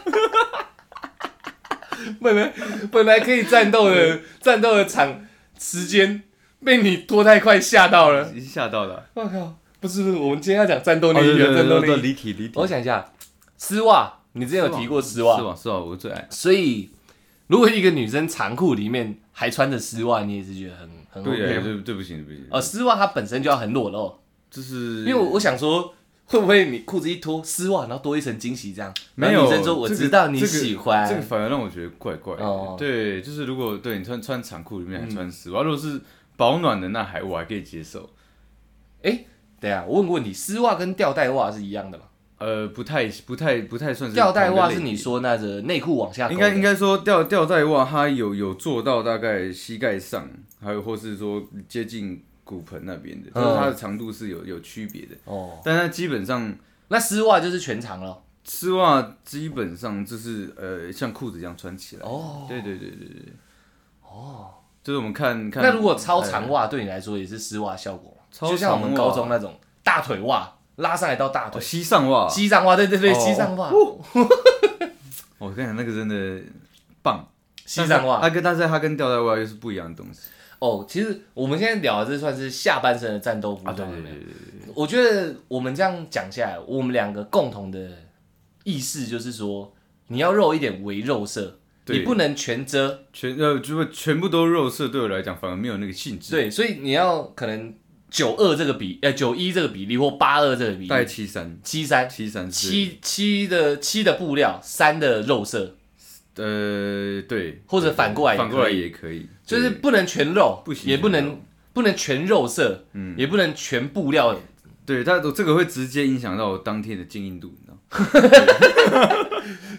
[SPEAKER 1] 本来本来可以战斗的战斗的场时间，被你拖太快吓到了。
[SPEAKER 2] 已经吓到了啊，
[SPEAKER 1] 我靠！不是不是，我们今天要讲战斗力，
[SPEAKER 2] 哦对对对
[SPEAKER 1] 战斗
[SPEAKER 2] 对对
[SPEAKER 1] 力。
[SPEAKER 2] 离体离体，
[SPEAKER 1] 我想一下，丝袜，你之前有提过丝
[SPEAKER 2] 丝
[SPEAKER 1] 袜，
[SPEAKER 2] 袜丝袜我最爱，
[SPEAKER 1] 所以如果一个女生长裤里面还穿着丝袜，你也是觉得很很 OK
[SPEAKER 2] 对啊，
[SPEAKER 1] 吗
[SPEAKER 2] 这这不行，这不行，
[SPEAKER 1] 哦，丝袜它本身就要很裸露，
[SPEAKER 2] 就是
[SPEAKER 1] 因为我我想说，会不会你裤子一脱，丝袜然后多一层惊喜这样？
[SPEAKER 2] 没
[SPEAKER 1] 然后
[SPEAKER 2] 有
[SPEAKER 1] 女生说我
[SPEAKER 2] 这个
[SPEAKER 1] 知道你
[SPEAKER 2] 这个
[SPEAKER 1] 喜欢，
[SPEAKER 2] 这个反而让我觉得怪怪的。
[SPEAKER 1] 哦嗯
[SPEAKER 2] 对，就是如果对你穿穿长裤里面还穿丝袜，如果是保暖的，那还我还可以接受。
[SPEAKER 1] 对啊，我问个问题，丝袜跟吊带袜是一样的吗？
[SPEAKER 2] 呃，不太不太不太算是
[SPEAKER 1] 吊带袜
[SPEAKER 2] 同
[SPEAKER 1] 是
[SPEAKER 2] 一个类
[SPEAKER 1] 你
[SPEAKER 2] 别
[SPEAKER 1] 说那个内裤往下勾
[SPEAKER 2] 应
[SPEAKER 1] 的，
[SPEAKER 2] 该应该说吊吊带袜，它有有做到大概膝盖上，还有或是说接近骨盆那边的，就是
[SPEAKER 1] 嗯
[SPEAKER 2] 它的长度是有有区别的。
[SPEAKER 1] 哦，
[SPEAKER 2] 但它基本上
[SPEAKER 1] 那丝袜就是全长了。
[SPEAKER 2] 丝袜基本上就是呃像裤子一样穿起来。
[SPEAKER 1] 哦，
[SPEAKER 2] 对对对对对。哦，就是我们看看
[SPEAKER 1] 那如果超长袜对你来说也是丝袜效果吗？
[SPEAKER 2] 超长袜
[SPEAKER 1] 就像我们高中那种大腿袜拉上来到大
[SPEAKER 2] 哦
[SPEAKER 1] 腿，
[SPEAKER 2] 膝上袜，
[SPEAKER 1] 西藏袜，对对对，
[SPEAKER 2] 哦
[SPEAKER 1] 西藏袜，
[SPEAKER 2] *laughs* 我跟你讲那个真的棒。
[SPEAKER 1] 西藏袜。
[SPEAKER 2] 它跟但是它跟吊带袜又是不一样的东西
[SPEAKER 1] 哦，其实我们现在聊的这算是下半身的战斗服装。
[SPEAKER 2] 啊对对，
[SPEAKER 1] 我觉得我们这样讲下来，我们两个共同的意识就是说，你要肉一点为肉色，
[SPEAKER 2] 对
[SPEAKER 1] 你不能全遮。
[SPEAKER 2] 全呃如果全部都肉色，对我来讲反而没有那个性质。
[SPEAKER 1] 对，所以你要可能九二这个比，呃九一这个比例或八二这个比
[SPEAKER 2] 大概
[SPEAKER 1] 例，
[SPEAKER 2] 七三
[SPEAKER 1] 七三
[SPEAKER 2] 七三是
[SPEAKER 1] 七七的七的布料，三的肉色，
[SPEAKER 2] 呃对，
[SPEAKER 1] 或者反过来也
[SPEAKER 2] 反过来
[SPEAKER 1] 可以
[SPEAKER 2] 也可以，
[SPEAKER 1] 就是
[SPEAKER 2] 对
[SPEAKER 1] 不能全肉，
[SPEAKER 2] 不行嗯
[SPEAKER 1] 也不
[SPEAKER 2] 全
[SPEAKER 1] 能
[SPEAKER 2] 肉
[SPEAKER 1] 不能全肉色，也不能全布料。
[SPEAKER 2] 对，但这个会直接影响到我当天的静音度，你知道吗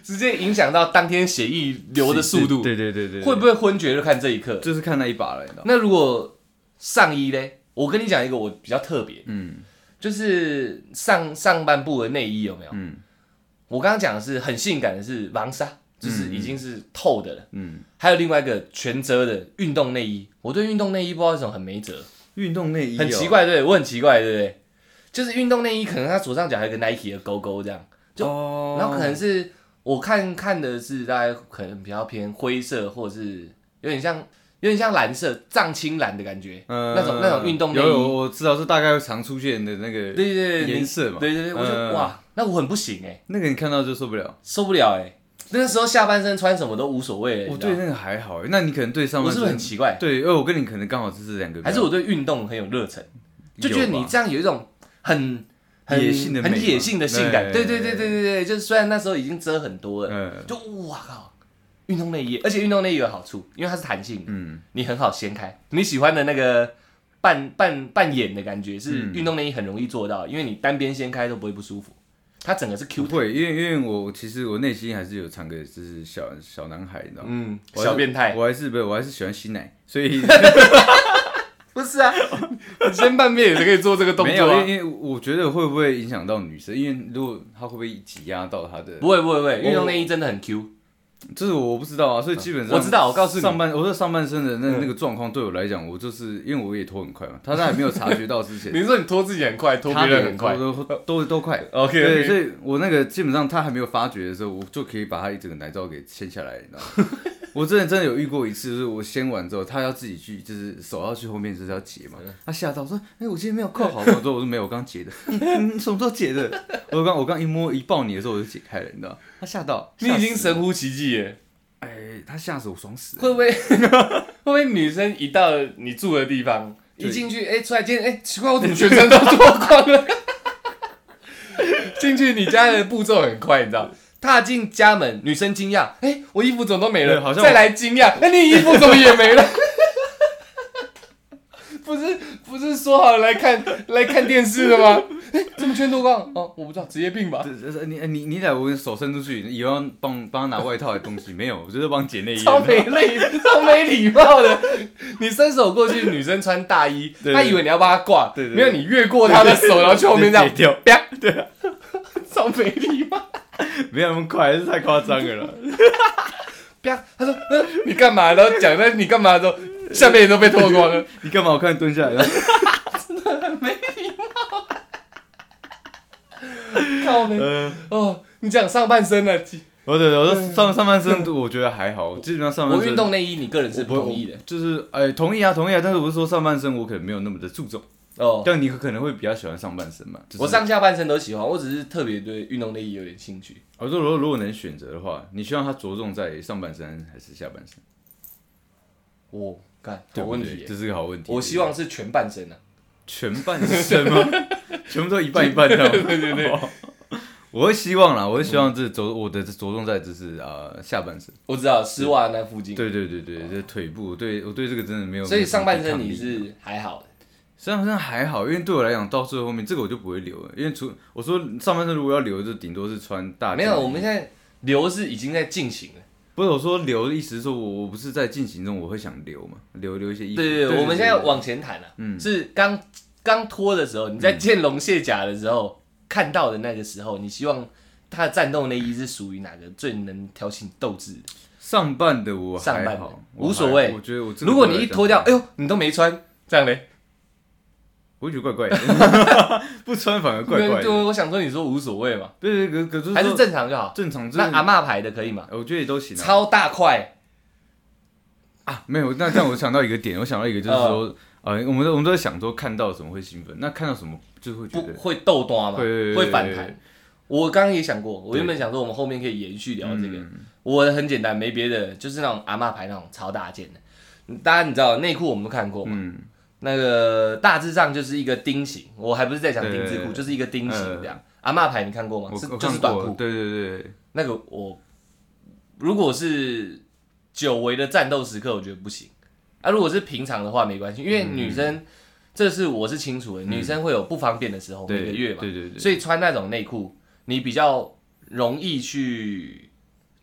[SPEAKER 1] 直接影响到当天血液流的速度，
[SPEAKER 2] 对对对对，对
[SPEAKER 1] 会不会昏厥就看这一刻。
[SPEAKER 2] 就是看那一把了，你知道吗？
[SPEAKER 1] 那如果上衣嘞，我跟你讲一个我比较特别，
[SPEAKER 2] 嗯
[SPEAKER 1] 就是上上半部的内衣有没有？
[SPEAKER 2] 嗯
[SPEAKER 1] 我刚刚讲的是很性感的是防纱，就是已经是透的了。
[SPEAKER 2] 嗯，
[SPEAKER 1] 还有另外一个全遮的运动内衣，我对运动内衣不知道为什么很没辙，
[SPEAKER 2] 运动内衣哦
[SPEAKER 1] 很奇，怪，对不对我很奇怪，对不对？就是运动内衣可能它左上角还有一个 Nike 的勾勾这样，就
[SPEAKER 2] 哦
[SPEAKER 1] 然后可能是我看看的是大概可能比较偏灰色，或者是有点像有点像蓝色藏青蓝的感觉，
[SPEAKER 2] 呃
[SPEAKER 1] 那种那种运动内
[SPEAKER 2] 有有
[SPEAKER 1] 衣。
[SPEAKER 2] 我知道是大概会常出现的那个
[SPEAKER 1] 对对对，
[SPEAKER 2] 颜
[SPEAKER 1] 你
[SPEAKER 2] 色嘛，
[SPEAKER 1] 对对对，我就、
[SPEAKER 2] 嗯
[SPEAKER 1] 哇，那我很不行哎、
[SPEAKER 2] 那个你看到就受不了。
[SPEAKER 1] 受不了哎、那时候下半身穿什么都无所谓了，
[SPEAKER 2] 我
[SPEAKER 1] 你知道
[SPEAKER 2] 哦对
[SPEAKER 1] 吗
[SPEAKER 2] 那个还好欸，那你可能对上
[SPEAKER 1] 我
[SPEAKER 2] 半
[SPEAKER 1] 是
[SPEAKER 2] 身
[SPEAKER 1] 不是很奇怪？
[SPEAKER 2] 对，因为呃我跟你可能刚好就是两个比较，
[SPEAKER 1] 还是我对运动很有热忱，就觉得
[SPEAKER 2] 有
[SPEAKER 1] 你
[SPEAKER 2] 吧
[SPEAKER 1] 这样有一种很很
[SPEAKER 2] 野性的美
[SPEAKER 1] 很野
[SPEAKER 2] 嘛
[SPEAKER 1] 性的性感。
[SPEAKER 2] 哎
[SPEAKER 1] 对对对对对对，就是虽然那时候已经遮很多了，
[SPEAKER 2] 嗯
[SPEAKER 1] 就哇靠，运动内衣，而且运动内衣有好处，因为它是弹性的，
[SPEAKER 2] 嗯
[SPEAKER 1] 你很好掀开。你喜欢的那个半半半眼的感觉是运动内衣很容易做到，因为你单边掀开都不会不舒服，它整个是 Q
[SPEAKER 2] 不会，因为因为我其实我内心还是有藏个就是小小男孩，你知道吗？
[SPEAKER 1] 嗯，
[SPEAKER 2] 我还是
[SPEAKER 1] 小变态。
[SPEAKER 2] 我还是不是，我还是喜欢吸奶，
[SPEAKER 1] *laughs*
[SPEAKER 2] 所以
[SPEAKER 1] 不是啊，你先半边也是可以做这个动
[SPEAKER 2] 没
[SPEAKER 1] 作
[SPEAKER 2] 有，因
[SPEAKER 1] 啊。
[SPEAKER 2] 为因为我觉得会不会影响到女生？因为如果她会不会挤压到她的
[SPEAKER 1] 不，会不会不会，运动内衣真的很 Q。
[SPEAKER 2] 就是我不知道啊，所以基本
[SPEAKER 1] 嗯
[SPEAKER 2] 上
[SPEAKER 1] 我知道我告诉你嗯
[SPEAKER 2] 上半我说上半身的那那个状况对我来讲，我就是因为我也脱很快嘛，她当然没有察觉到之前，
[SPEAKER 1] 你是说你拖自己很快， *laughs* 拖别人很快
[SPEAKER 2] 她都都都
[SPEAKER 1] *laughs*
[SPEAKER 2] 都快。
[SPEAKER 1] ？OK，
[SPEAKER 2] 对，所以我那个基本上他还没有发觉的时候，我就可以把他一整个奶罩给掀下来，你知道吗？
[SPEAKER 1] *laughs*
[SPEAKER 2] 我真的真的有遇过一次，就是我掀完之后，他要自己去，就是手要去后面就是要解嘛，
[SPEAKER 1] 嗯
[SPEAKER 2] 他吓到说：“哎、我今天没有扣好吗？”我说：“我说没有，我刚解的。 *laughs* 嗯”嗯，什么时候解的？我刚我刚一摸一抱你的时候我就解开了，你知道吗？他吓到，
[SPEAKER 1] 你已
[SPEAKER 2] 吓死
[SPEAKER 1] 经神乎其技耶，
[SPEAKER 2] 哎、他吓死我，爽死了。
[SPEAKER 1] 会不 *laughs* 会会不会女生一到你住的地方，
[SPEAKER 2] 对
[SPEAKER 1] 一进去，哎、出来间，哎、奇怪，我怎么全身都脱光
[SPEAKER 2] *laughs*
[SPEAKER 1] 了？进去你家的步骤很快，你知道。踏进家门，女生惊讶：“哎、我衣服怎么都没了？”
[SPEAKER 2] 对好像
[SPEAKER 1] 再来惊讶：“哎、你衣服怎么也没了？” *laughs* 不是不是说好来看来看电视的吗？哎、怎么全脱光？哦，我不知道，职业病吧？
[SPEAKER 2] 对就是你你你得我手伸出去，以为要帮帮他拿外套的东西，没有，我就是帮解内衣。
[SPEAKER 1] 超没礼，超没礼貌的。你伸手过去，女生穿大 *laughs* 衣，
[SPEAKER 2] 对对
[SPEAKER 1] 她以为你要帮她挂，
[SPEAKER 2] 对对
[SPEAKER 1] 没有你越过她的手，然后
[SPEAKER 2] *laughs*
[SPEAKER 1] 去后面这样 *laughs*
[SPEAKER 2] 直接掉，
[SPEAKER 1] 啪，对啊，超没礼貌。
[SPEAKER 2] 没有那么快，还是太夸张了啦。
[SPEAKER 1] 啪，她说、呃你干嘛？然后讲那你干嘛的时候，下面也都被脱光 *laughs* 了。
[SPEAKER 2] 你干嘛？我看蹲下来。
[SPEAKER 1] 靠没
[SPEAKER 2] 嗯。
[SPEAKER 1] 哦，你讲上半身呢？其
[SPEAKER 2] *laughs* 我对，我说上上半身我觉得还好，基本上上半
[SPEAKER 1] 我
[SPEAKER 2] 身
[SPEAKER 1] 运动内衣，你个人是
[SPEAKER 2] 我
[SPEAKER 1] 不
[SPEAKER 2] 会
[SPEAKER 1] 同意的。
[SPEAKER 2] 就是哎、同意啊同意啊，但是我是说上半身我可能没有那么的注重，
[SPEAKER 1] 哦，
[SPEAKER 2] 但你可能会比较喜欢上半身嘛。就是
[SPEAKER 1] 我上下半身都喜欢，我只是特别对运动内衣有点兴趣。
[SPEAKER 2] 我说，如果如果能选择的话，你希望它着重在上半身还是下半身？
[SPEAKER 1] 我干，好
[SPEAKER 2] 对不
[SPEAKER 1] 问
[SPEAKER 2] 对
[SPEAKER 1] 题耶
[SPEAKER 2] 这是个好问题。
[SPEAKER 1] 我希望是全半身啊。
[SPEAKER 2] 全半身
[SPEAKER 1] *laughs*
[SPEAKER 2] 吗？全部都一半一半这样。对对对。我会希望啦，我会
[SPEAKER 1] 嗯
[SPEAKER 2] 希望这着我的着重在就是呃下半身，
[SPEAKER 1] 我知道丝袜那附近，
[SPEAKER 2] 对对对对，这腿部，我对我对这个真的没有。
[SPEAKER 1] 哦所以上半
[SPEAKER 2] 没有
[SPEAKER 1] 身
[SPEAKER 2] 什么
[SPEAKER 1] 你
[SPEAKER 2] 抵抗力
[SPEAKER 1] 是还好的。
[SPEAKER 2] 上半身还好，因为对我来讲到最后面这个我就不会留了，因为除我说上半身如果要留，就顶多是穿大件
[SPEAKER 1] 啊没有，我们现在流是已经在进行了。
[SPEAKER 2] 不是我说留的意思是说我我不是在进行中我会想留嘛，留留一些衣服。
[SPEAKER 1] 对对对，我们现在往前谈了、嗯，是刚刚脱的时候，你在见龙卸甲的时候、看到的那个时候，你希望他的战斗内衣是属于哪个最能挑起你斗志的？
[SPEAKER 2] 上半的我
[SPEAKER 1] 上半
[SPEAKER 2] 还
[SPEAKER 1] 的
[SPEAKER 2] 好，
[SPEAKER 1] 无所谓
[SPEAKER 2] 我还我觉得我这个
[SPEAKER 1] 如果你一脱掉，
[SPEAKER 2] 对我来讲
[SPEAKER 1] 哎呦，你都没穿，这样嘞？
[SPEAKER 2] 我会觉得怪怪的，
[SPEAKER 1] *laughs*
[SPEAKER 2] 不穿反而怪怪
[SPEAKER 1] 对，
[SPEAKER 2] 的。
[SPEAKER 1] 我想说，你说无所谓嘛，
[SPEAKER 2] 对对，可可是说
[SPEAKER 1] 还是正常就好。
[SPEAKER 2] 正常，
[SPEAKER 1] 那
[SPEAKER 2] 真的
[SPEAKER 1] 阿嬷牌的可以吗？
[SPEAKER 2] 我觉得也都行啊。
[SPEAKER 1] 超大块，
[SPEAKER 2] 啊，没有，那这样我想到一个点，我想到一个就是说，呃，我们都我们都在想说看到什么会兴奋，那看到什么就会觉
[SPEAKER 1] 不
[SPEAKER 2] 得
[SPEAKER 1] 会斗端嘛，
[SPEAKER 2] 会会会
[SPEAKER 1] 会反
[SPEAKER 2] 会
[SPEAKER 1] 弹。我刚刚也想过，我原本想说我们后面可以延续聊这个。
[SPEAKER 2] 嗯
[SPEAKER 1] 我很简单，没别的，就是那种阿嬷牌那种超大件的。大家你知道内裤我们都看过嘛？
[SPEAKER 2] 嗯，
[SPEAKER 1] 那个大致上就是一个丁型，我还不是在讲丁字
[SPEAKER 2] 对对
[SPEAKER 1] 裤，
[SPEAKER 2] 对嗯
[SPEAKER 1] 就是一个丁型这样。阿嬷牌你看过吗？
[SPEAKER 2] 我
[SPEAKER 1] 是
[SPEAKER 2] 我
[SPEAKER 1] 就
[SPEAKER 2] 看
[SPEAKER 1] 是
[SPEAKER 2] 过
[SPEAKER 1] 短裤。
[SPEAKER 2] 对对对，
[SPEAKER 1] 那个我如果是久违的战斗时刻，我觉得不行啊。如果是平常的话没关系，因为女生、这是我是清楚的，女生会有不方便的时候，
[SPEAKER 2] 对
[SPEAKER 1] 每个月嘛，
[SPEAKER 2] 对对对
[SPEAKER 1] 所以穿那种内裤，你比较容易去。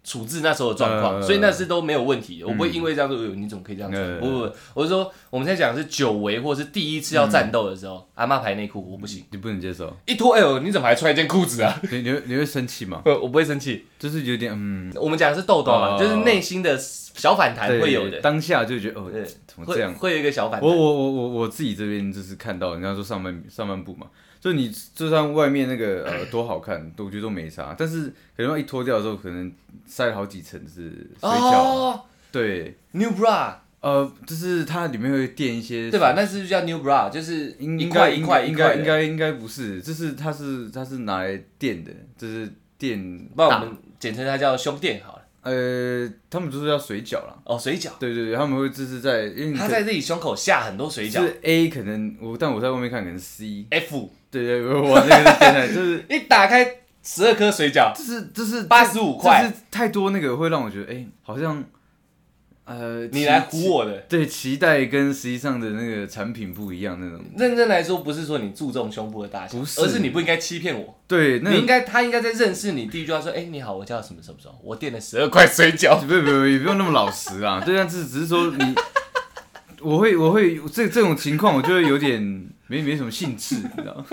[SPEAKER 1] 处置那时候的状况，
[SPEAKER 2] 呃
[SPEAKER 1] 所以那是都没有问题的。我不会因为这样说，哎呦你怎么可以这样穿？
[SPEAKER 2] 呃
[SPEAKER 1] 不不不，我是说我们现在讲的是久违或是第一次要战斗的时候，阿妈牌内裤我不行，
[SPEAKER 2] 你不能接受，
[SPEAKER 1] 一脱哎呦你怎么还穿一件裤子啊？
[SPEAKER 2] 你你会你会生气吗？
[SPEAKER 1] *laughs* 呃我不会生气，
[SPEAKER 2] 就是有点嗯，
[SPEAKER 1] 我们讲的是豆豆嘛，
[SPEAKER 2] 哦
[SPEAKER 1] 就是内心的小反弹
[SPEAKER 2] 对
[SPEAKER 1] 会有的，
[SPEAKER 2] 当下就觉得哦
[SPEAKER 1] 对，
[SPEAKER 2] 怎么这
[SPEAKER 1] 会
[SPEAKER 2] 样？
[SPEAKER 1] 会有一个小反
[SPEAKER 2] 我
[SPEAKER 1] 弹。
[SPEAKER 2] 我我我我自己这边就是看到人家说上半上半部嘛，就你就算外面那个呃多好看，我觉得都没啥，但是可能一脱掉的时候，可能塞了好几层是水饺，
[SPEAKER 1] 哦
[SPEAKER 2] 对，
[SPEAKER 1] ，New Bra
[SPEAKER 2] 呃，就是它里面会垫一些
[SPEAKER 1] 对吧？那是不是叫 New Bra？就是
[SPEAKER 2] 应
[SPEAKER 1] 一
[SPEAKER 2] 应
[SPEAKER 1] 块
[SPEAKER 2] 该
[SPEAKER 1] 一
[SPEAKER 2] 应
[SPEAKER 1] 块
[SPEAKER 2] 该
[SPEAKER 1] 一
[SPEAKER 2] 应
[SPEAKER 1] 块
[SPEAKER 2] 该
[SPEAKER 1] 的
[SPEAKER 2] 应。该应该不是，就是它是它是拿来垫的，就是垫
[SPEAKER 1] 那我
[SPEAKER 2] 大，
[SPEAKER 1] 们简称它叫胸垫好了。
[SPEAKER 2] 呃，他们就是叫水饺啦。
[SPEAKER 1] 哦，水饺，
[SPEAKER 2] 对对对，他们会就是在因为你
[SPEAKER 1] 他
[SPEAKER 2] 可
[SPEAKER 1] 在自己胸口下很多水
[SPEAKER 2] 就
[SPEAKER 1] 饺。
[SPEAKER 2] 嗯是 A 可能我，但我在外面看可能 C，
[SPEAKER 1] F
[SPEAKER 2] 对对，我我那个是真的，就是
[SPEAKER 1] 一打开十二颗水饺，
[SPEAKER 2] 就是就是
[SPEAKER 1] 85块
[SPEAKER 2] 就是太多那个会让我觉得哎、好像呃，
[SPEAKER 1] 你来
[SPEAKER 2] 期
[SPEAKER 1] 唬我的。
[SPEAKER 2] 对期待跟实际上的那个产品不一样那种，
[SPEAKER 1] 认真来说，不是说你注重胸部的大小，
[SPEAKER 2] 不是
[SPEAKER 1] 而是你不应该欺骗我。
[SPEAKER 2] 对，那
[SPEAKER 1] 你应该，他应该在认识你第一句话说：“哎、你好，我叫什么什么什么，我垫了十二块水饺。”
[SPEAKER 2] *laughs* 不不不，也不用那么老实啊。对，但是只是说你，我会我会这这种情况，我就会有点 *laughs* 没没什么兴致，你知道吗？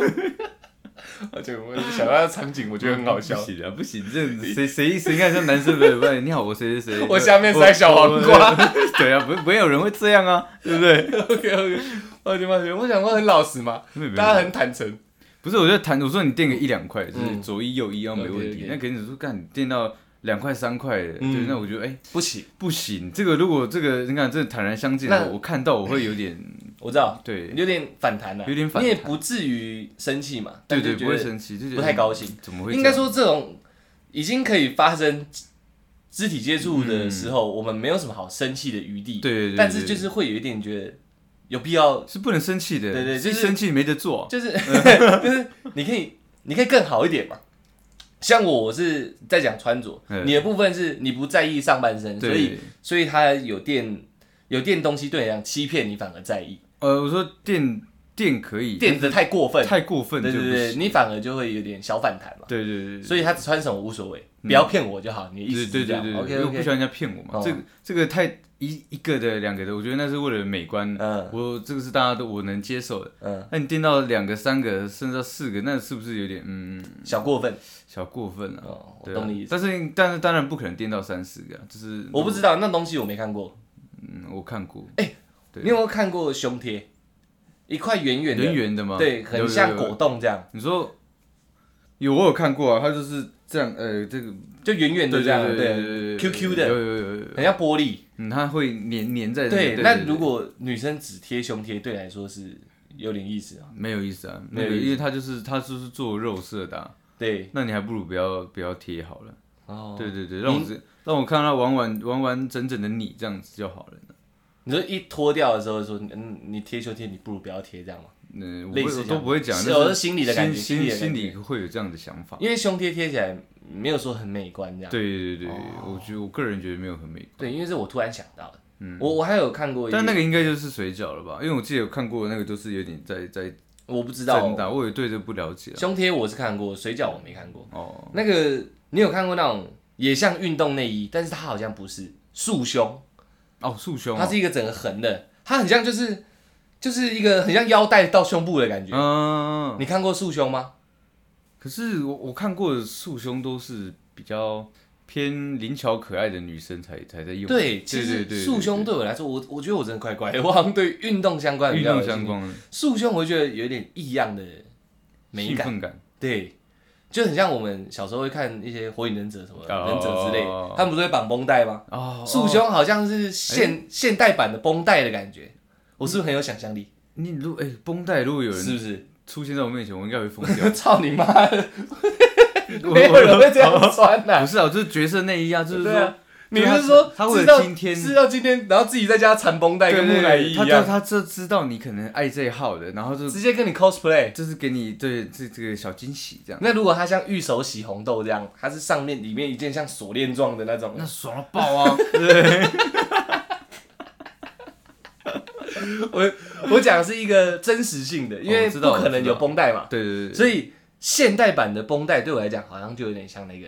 [SPEAKER 1] 而且我想到场景，我觉得很好笑
[SPEAKER 2] 不。行啊，不行，这样子谁谁谁看像男生不不然你好，我谁谁谁，
[SPEAKER 1] 我下面塞小黄瓜。
[SPEAKER 2] *laughs* 对啊，不不会有人会这样啊，对不对？
[SPEAKER 1] OK OK，抱歉抱歉，我想说很老实嘛，
[SPEAKER 2] 没有没有
[SPEAKER 1] 大家很坦诚。
[SPEAKER 2] 不是，我就谈，我说你垫个一两块，就是
[SPEAKER 1] 嗯
[SPEAKER 2] 左一右一，要没问题
[SPEAKER 1] OK，OK。
[SPEAKER 2] 那肯定你说干，你垫到两块三块的，
[SPEAKER 1] 嗯
[SPEAKER 2] 对，那我觉得哎
[SPEAKER 1] 不行，
[SPEAKER 2] 不行，这个如果这个你看，这坦然相见
[SPEAKER 1] 那，
[SPEAKER 2] 我看到我会有点
[SPEAKER 1] 我知道， *coughs*
[SPEAKER 2] 对。
[SPEAKER 1] 有点反弹了，
[SPEAKER 2] 有点反弹
[SPEAKER 1] 你也不至于生气嘛，
[SPEAKER 2] 对
[SPEAKER 1] 但就
[SPEAKER 2] 对，
[SPEAKER 1] 觉
[SPEAKER 2] 不
[SPEAKER 1] 得
[SPEAKER 2] 会生气，就觉得
[SPEAKER 1] 不太高兴。
[SPEAKER 2] 怎么会这样？
[SPEAKER 1] 应该说这种已经可以发生肢体接触的时候，我们没有什么好生气的余地。
[SPEAKER 2] 嗯对对对对
[SPEAKER 1] 但是就是会有一点觉得有必要， *laughs*
[SPEAKER 2] 是不能生气的，
[SPEAKER 1] 对对就是
[SPEAKER 2] 是生气没得做。 *laughs*
[SPEAKER 1] 就是就是你可以你可以更好一点嘛。像我，我是在讲穿着，
[SPEAKER 2] 嗯
[SPEAKER 1] 你的部分是你不在意上半身，所以
[SPEAKER 2] 对，
[SPEAKER 1] 所以他有电有电东西对你来讲欺骗你反而在意，
[SPEAKER 2] 呃，我说电电可以，
[SPEAKER 1] 电的太过分，
[SPEAKER 2] 太过分
[SPEAKER 1] 对
[SPEAKER 2] 就
[SPEAKER 1] 对
[SPEAKER 2] 不
[SPEAKER 1] 对，
[SPEAKER 2] 行。
[SPEAKER 1] 你反而就会有点小反弹嘛。
[SPEAKER 2] 对对对，
[SPEAKER 1] 所以他只穿什么无所谓，不要骗我就好，你的意思
[SPEAKER 2] 对
[SPEAKER 1] 是这
[SPEAKER 2] 对对
[SPEAKER 1] 样
[SPEAKER 2] 对对，
[SPEAKER 1] ？OK
[SPEAKER 2] 因为我不
[SPEAKER 1] OK，
[SPEAKER 2] 喜欢人家骗我嘛
[SPEAKER 1] 哦。
[SPEAKER 2] 这个这个太一一个的两个的，我觉得那是为了美观。
[SPEAKER 1] 嗯
[SPEAKER 2] 我这个是大家都我能接受的。
[SPEAKER 1] 嗯，
[SPEAKER 2] 那你电到两个、三个，甚至到四个，那是不是有点嗯
[SPEAKER 1] 小过分
[SPEAKER 2] 小过分了、啊？
[SPEAKER 1] 哦，我
[SPEAKER 2] 对啊
[SPEAKER 1] 懂你意思。哦
[SPEAKER 2] 但是但是当然不可能电到三四个、啊，就是
[SPEAKER 1] 我不知道那东西我没看过，
[SPEAKER 2] 嗯我看过对
[SPEAKER 1] 你有没有看过胸贴？一块圆圆
[SPEAKER 2] 圆
[SPEAKER 1] 的，
[SPEAKER 2] 圆的嘛，
[SPEAKER 1] 对，
[SPEAKER 2] 有
[SPEAKER 1] 很
[SPEAKER 2] 有
[SPEAKER 1] 像
[SPEAKER 2] 有
[SPEAKER 1] 果冻这样，
[SPEAKER 2] 你说有我有看过啊，它就是这样，呃，这个
[SPEAKER 1] 就圆圆的这样，对，
[SPEAKER 2] 对
[SPEAKER 1] QQ 的
[SPEAKER 2] 有有有有有，
[SPEAKER 1] 很像玻璃。
[SPEAKER 2] 嗯，它会粘粘在那个
[SPEAKER 1] 对，那如果女生只贴胸贴，对你来说是有点意思啊。
[SPEAKER 2] 没有意思啊，
[SPEAKER 1] 没
[SPEAKER 2] 那
[SPEAKER 1] 有
[SPEAKER 2] 个
[SPEAKER 1] 意思
[SPEAKER 2] 因为他就是他就是做肉色的啊、
[SPEAKER 1] 对，
[SPEAKER 2] 那你还不如不要不要贴好了。
[SPEAKER 1] 哦，
[SPEAKER 2] 对对对，让我只让我看到完完完完整整的你这样子就好了。
[SPEAKER 1] 你说一脱掉的时候说，嗯，你贴就贴，你不如不要贴这样嘛，
[SPEAKER 2] 嗯，我
[SPEAKER 1] 类
[SPEAKER 2] 不
[SPEAKER 1] 似
[SPEAKER 2] 我
[SPEAKER 1] 这
[SPEAKER 2] 都
[SPEAKER 1] 样
[SPEAKER 2] 不会讲，
[SPEAKER 1] 是
[SPEAKER 2] 但
[SPEAKER 1] 哦是心里的感觉心
[SPEAKER 2] 心
[SPEAKER 1] 里的
[SPEAKER 2] 心心
[SPEAKER 1] 感
[SPEAKER 2] 里会有这样的想法。
[SPEAKER 1] 因为胸贴贴起来没有说很美观这样。哦
[SPEAKER 2] 对对对，我觉得我个人觉得没有很美观，
[SPEAKER 1] 对，因为是我突然想到的。我我还有看过一，
[SPEAKER 2] 但那个应该就是水饺了吧？因为我记得有看过那个，都是有点在在
[SPEAKER 1] 我不知道
[SPEAKER 2] 挣扎，我也对这不了解啊。
[SPEAKER 1] 胸贴我是看过，水饺我没看过。
[SPEAKER 2] 哦，
[SPEAKER 1] 那个你有看过那种也像运动内衣，但是它好像不是束胸，
[SPEAKER 2] 哦，束胸
[SPEAKER 1] 它
[SPEAKER 2] 哦，
[SPEAKER 1] 是一个整个横的，它很像就是就是一个很像腰带到胸部的感觉。
[SPEAKER 2] 嗯，
[SPEAKER 1] 你看过束胸吗？
[SPEAKER 2] 可是我我看过的束胸都是比较偏灵巧可爱的女生才才在用，
[SPEAKER 1] 对，其
[SPEAKER 2] 对
[SPEAKER 1] 实
[SPEAKER 2] 对
[SPEAKER 1] 束胸对我来说，我我觉得我真的怪怪的，我好像对运动相关比
[SPEAKER 2] 对运
[SPEAKER 1] 较有兴
[SPEAKER 2] 动
[SPEAKER 1] 趣
[SPEAKER 2] 相关的
[SPEAKER 1] 束胸，我觉得有点异样的美
[SPEAKER 2] 兴
[SPEAKER 1] 感，
[SPEAKER 2] 奋感，
[SPEAKER 1] 对，就很像我们小时候会看一些火影忍者什么
[SPEAKER 2] 哦
[SPEAKER 1] 忍者之类的，他们不是会绑绷带吗？
[SPEAKER 2] 哦，
[SPEAKER 1] 束
[SPEAKER 2] 哦
[SPEAKER 1] 胸好像是现现代版的绷带的感觉，我是不是很有想象力？
[SPEAKER 2] 你如哎绷带，如果有
[SPEAKER 1] 是
[SPEAKER 2] 人
[SPEAKER 1] 不是？
[SPEAKER 2] 出现在我面前，我应该会疯掉。
[SPEAKER 1] 操你妈！*laughs*
[SPEAKER 2] 我
[SPEAKER 1] 没有人会这样
[SPEAKER 2] *laughs*
[SPEAKER 1] 穿呐、
[SPEAKER 2] 不是啊，就是角色内衣啊，就是
[SPEAKER 1] 对啊
[SPEAKER 2] 说，
[SPEAKER 1] 你
[SPEAKER 2] 就是
[SPEAKER 1] 说
[SPEAKER 2] 他为
[SPEAKER 1] 知道
[SPEAKER 2] 了今天
[SPEAKER 1] 知道今天，然后自己在家缠绷带
[SPEAKER 2] 对
[SPEAKER 1] 跟木
[SPEAKER 2] 对
[SPEAKER 1] 乃
[SPEAKER 2] 对，
[SPEAKER 1] 伊一
[SPEAKER 2] 他就
[SPEAKER 1] 样，
[SPEAKER 2] 他这知道你可能爱这一号的，然后就
[SPEAKER 1] 直接跟你 cosplay。
[SPEAKER 2] 就是给你对这这个小惊喜这样，
[SPEAKER 1] 那如果他像玉手洗红豆这样，它是上面里面一件像锁链状的那种，
[SPEAKER 2] 那爽到爆啊！ *laughs* 对，
[SPEAKER 1] 我 *laughs* 我讲的是一个真实性的，因为
[SPEAKER 2] 我
[SPEAKER 1] 不
[SPEAKER 2] 知道
[SPEAKER 1] 可能有绷带嘛，
[SPEAKER 2] 对对对对，
[SPEAKER 1] 所以现代版的绷带对我来讲好像就有点像那个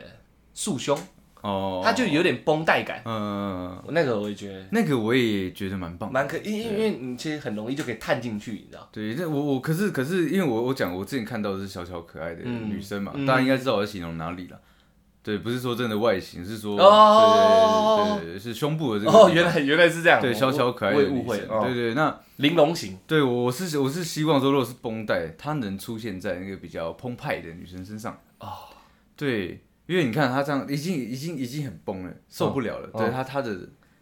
[SPEAKER 1] 束胸，
[SPEAKER 2] 哦，
[SPEAKER 1] 它就有点绷带感。
[SPEAKER 2] 嗯，
[SPEAKER 1] 我那个我也觉得
[SPEAKER 2] 那个我也觉得蛮棒的。
[SPEAKER 1] 蛮可，因因因为你其实很容易就可以探进去，你知道？
[SPEAKER 2] 对，那我我可是可是因为我我讲我之前看到的是小巧可爱的
[SPEAKER 1] 嗯
[SPEAKER 2] 女生嘛，
[SPEAKER 1] 嗯
[SPEAKER 2] 大家应该知道我在形容哪里了。对，不是说真的外形，是说
[SPEAKER 1] 哦
[SPEAKER 2] 对对对对对，是胸部的这个
[SPEAKER 1] 哦，原来原来是这样，
[SPEAKER 2] 对
[SPEAKER 1] 我
[SPEAKER 2] 小巧可爱
[SPEAKER 1] 我
[SPEAKER 2] 的
[SPEAKER 1] 也误
[SPEAKER 2] 女
[SPEAKER 1] 会
[SPEAKER 2] 生，，
[SPEAKER 1] 哦
[SPEAKER 2] 对对，那
[SPEAKER 1] 玲珑型，
[SPEAKER 2] 对，我我是我是希望说，如果是绷带，它能出现在那个比较澎湃的女生身上
[SPEAKER 1] 哦
[SPEAKER 2] 对，因为你看她这样已经已经已经很崩了，受不了了。
[SPEAKER 1] 哦
[SPEAKER 2] 对她她的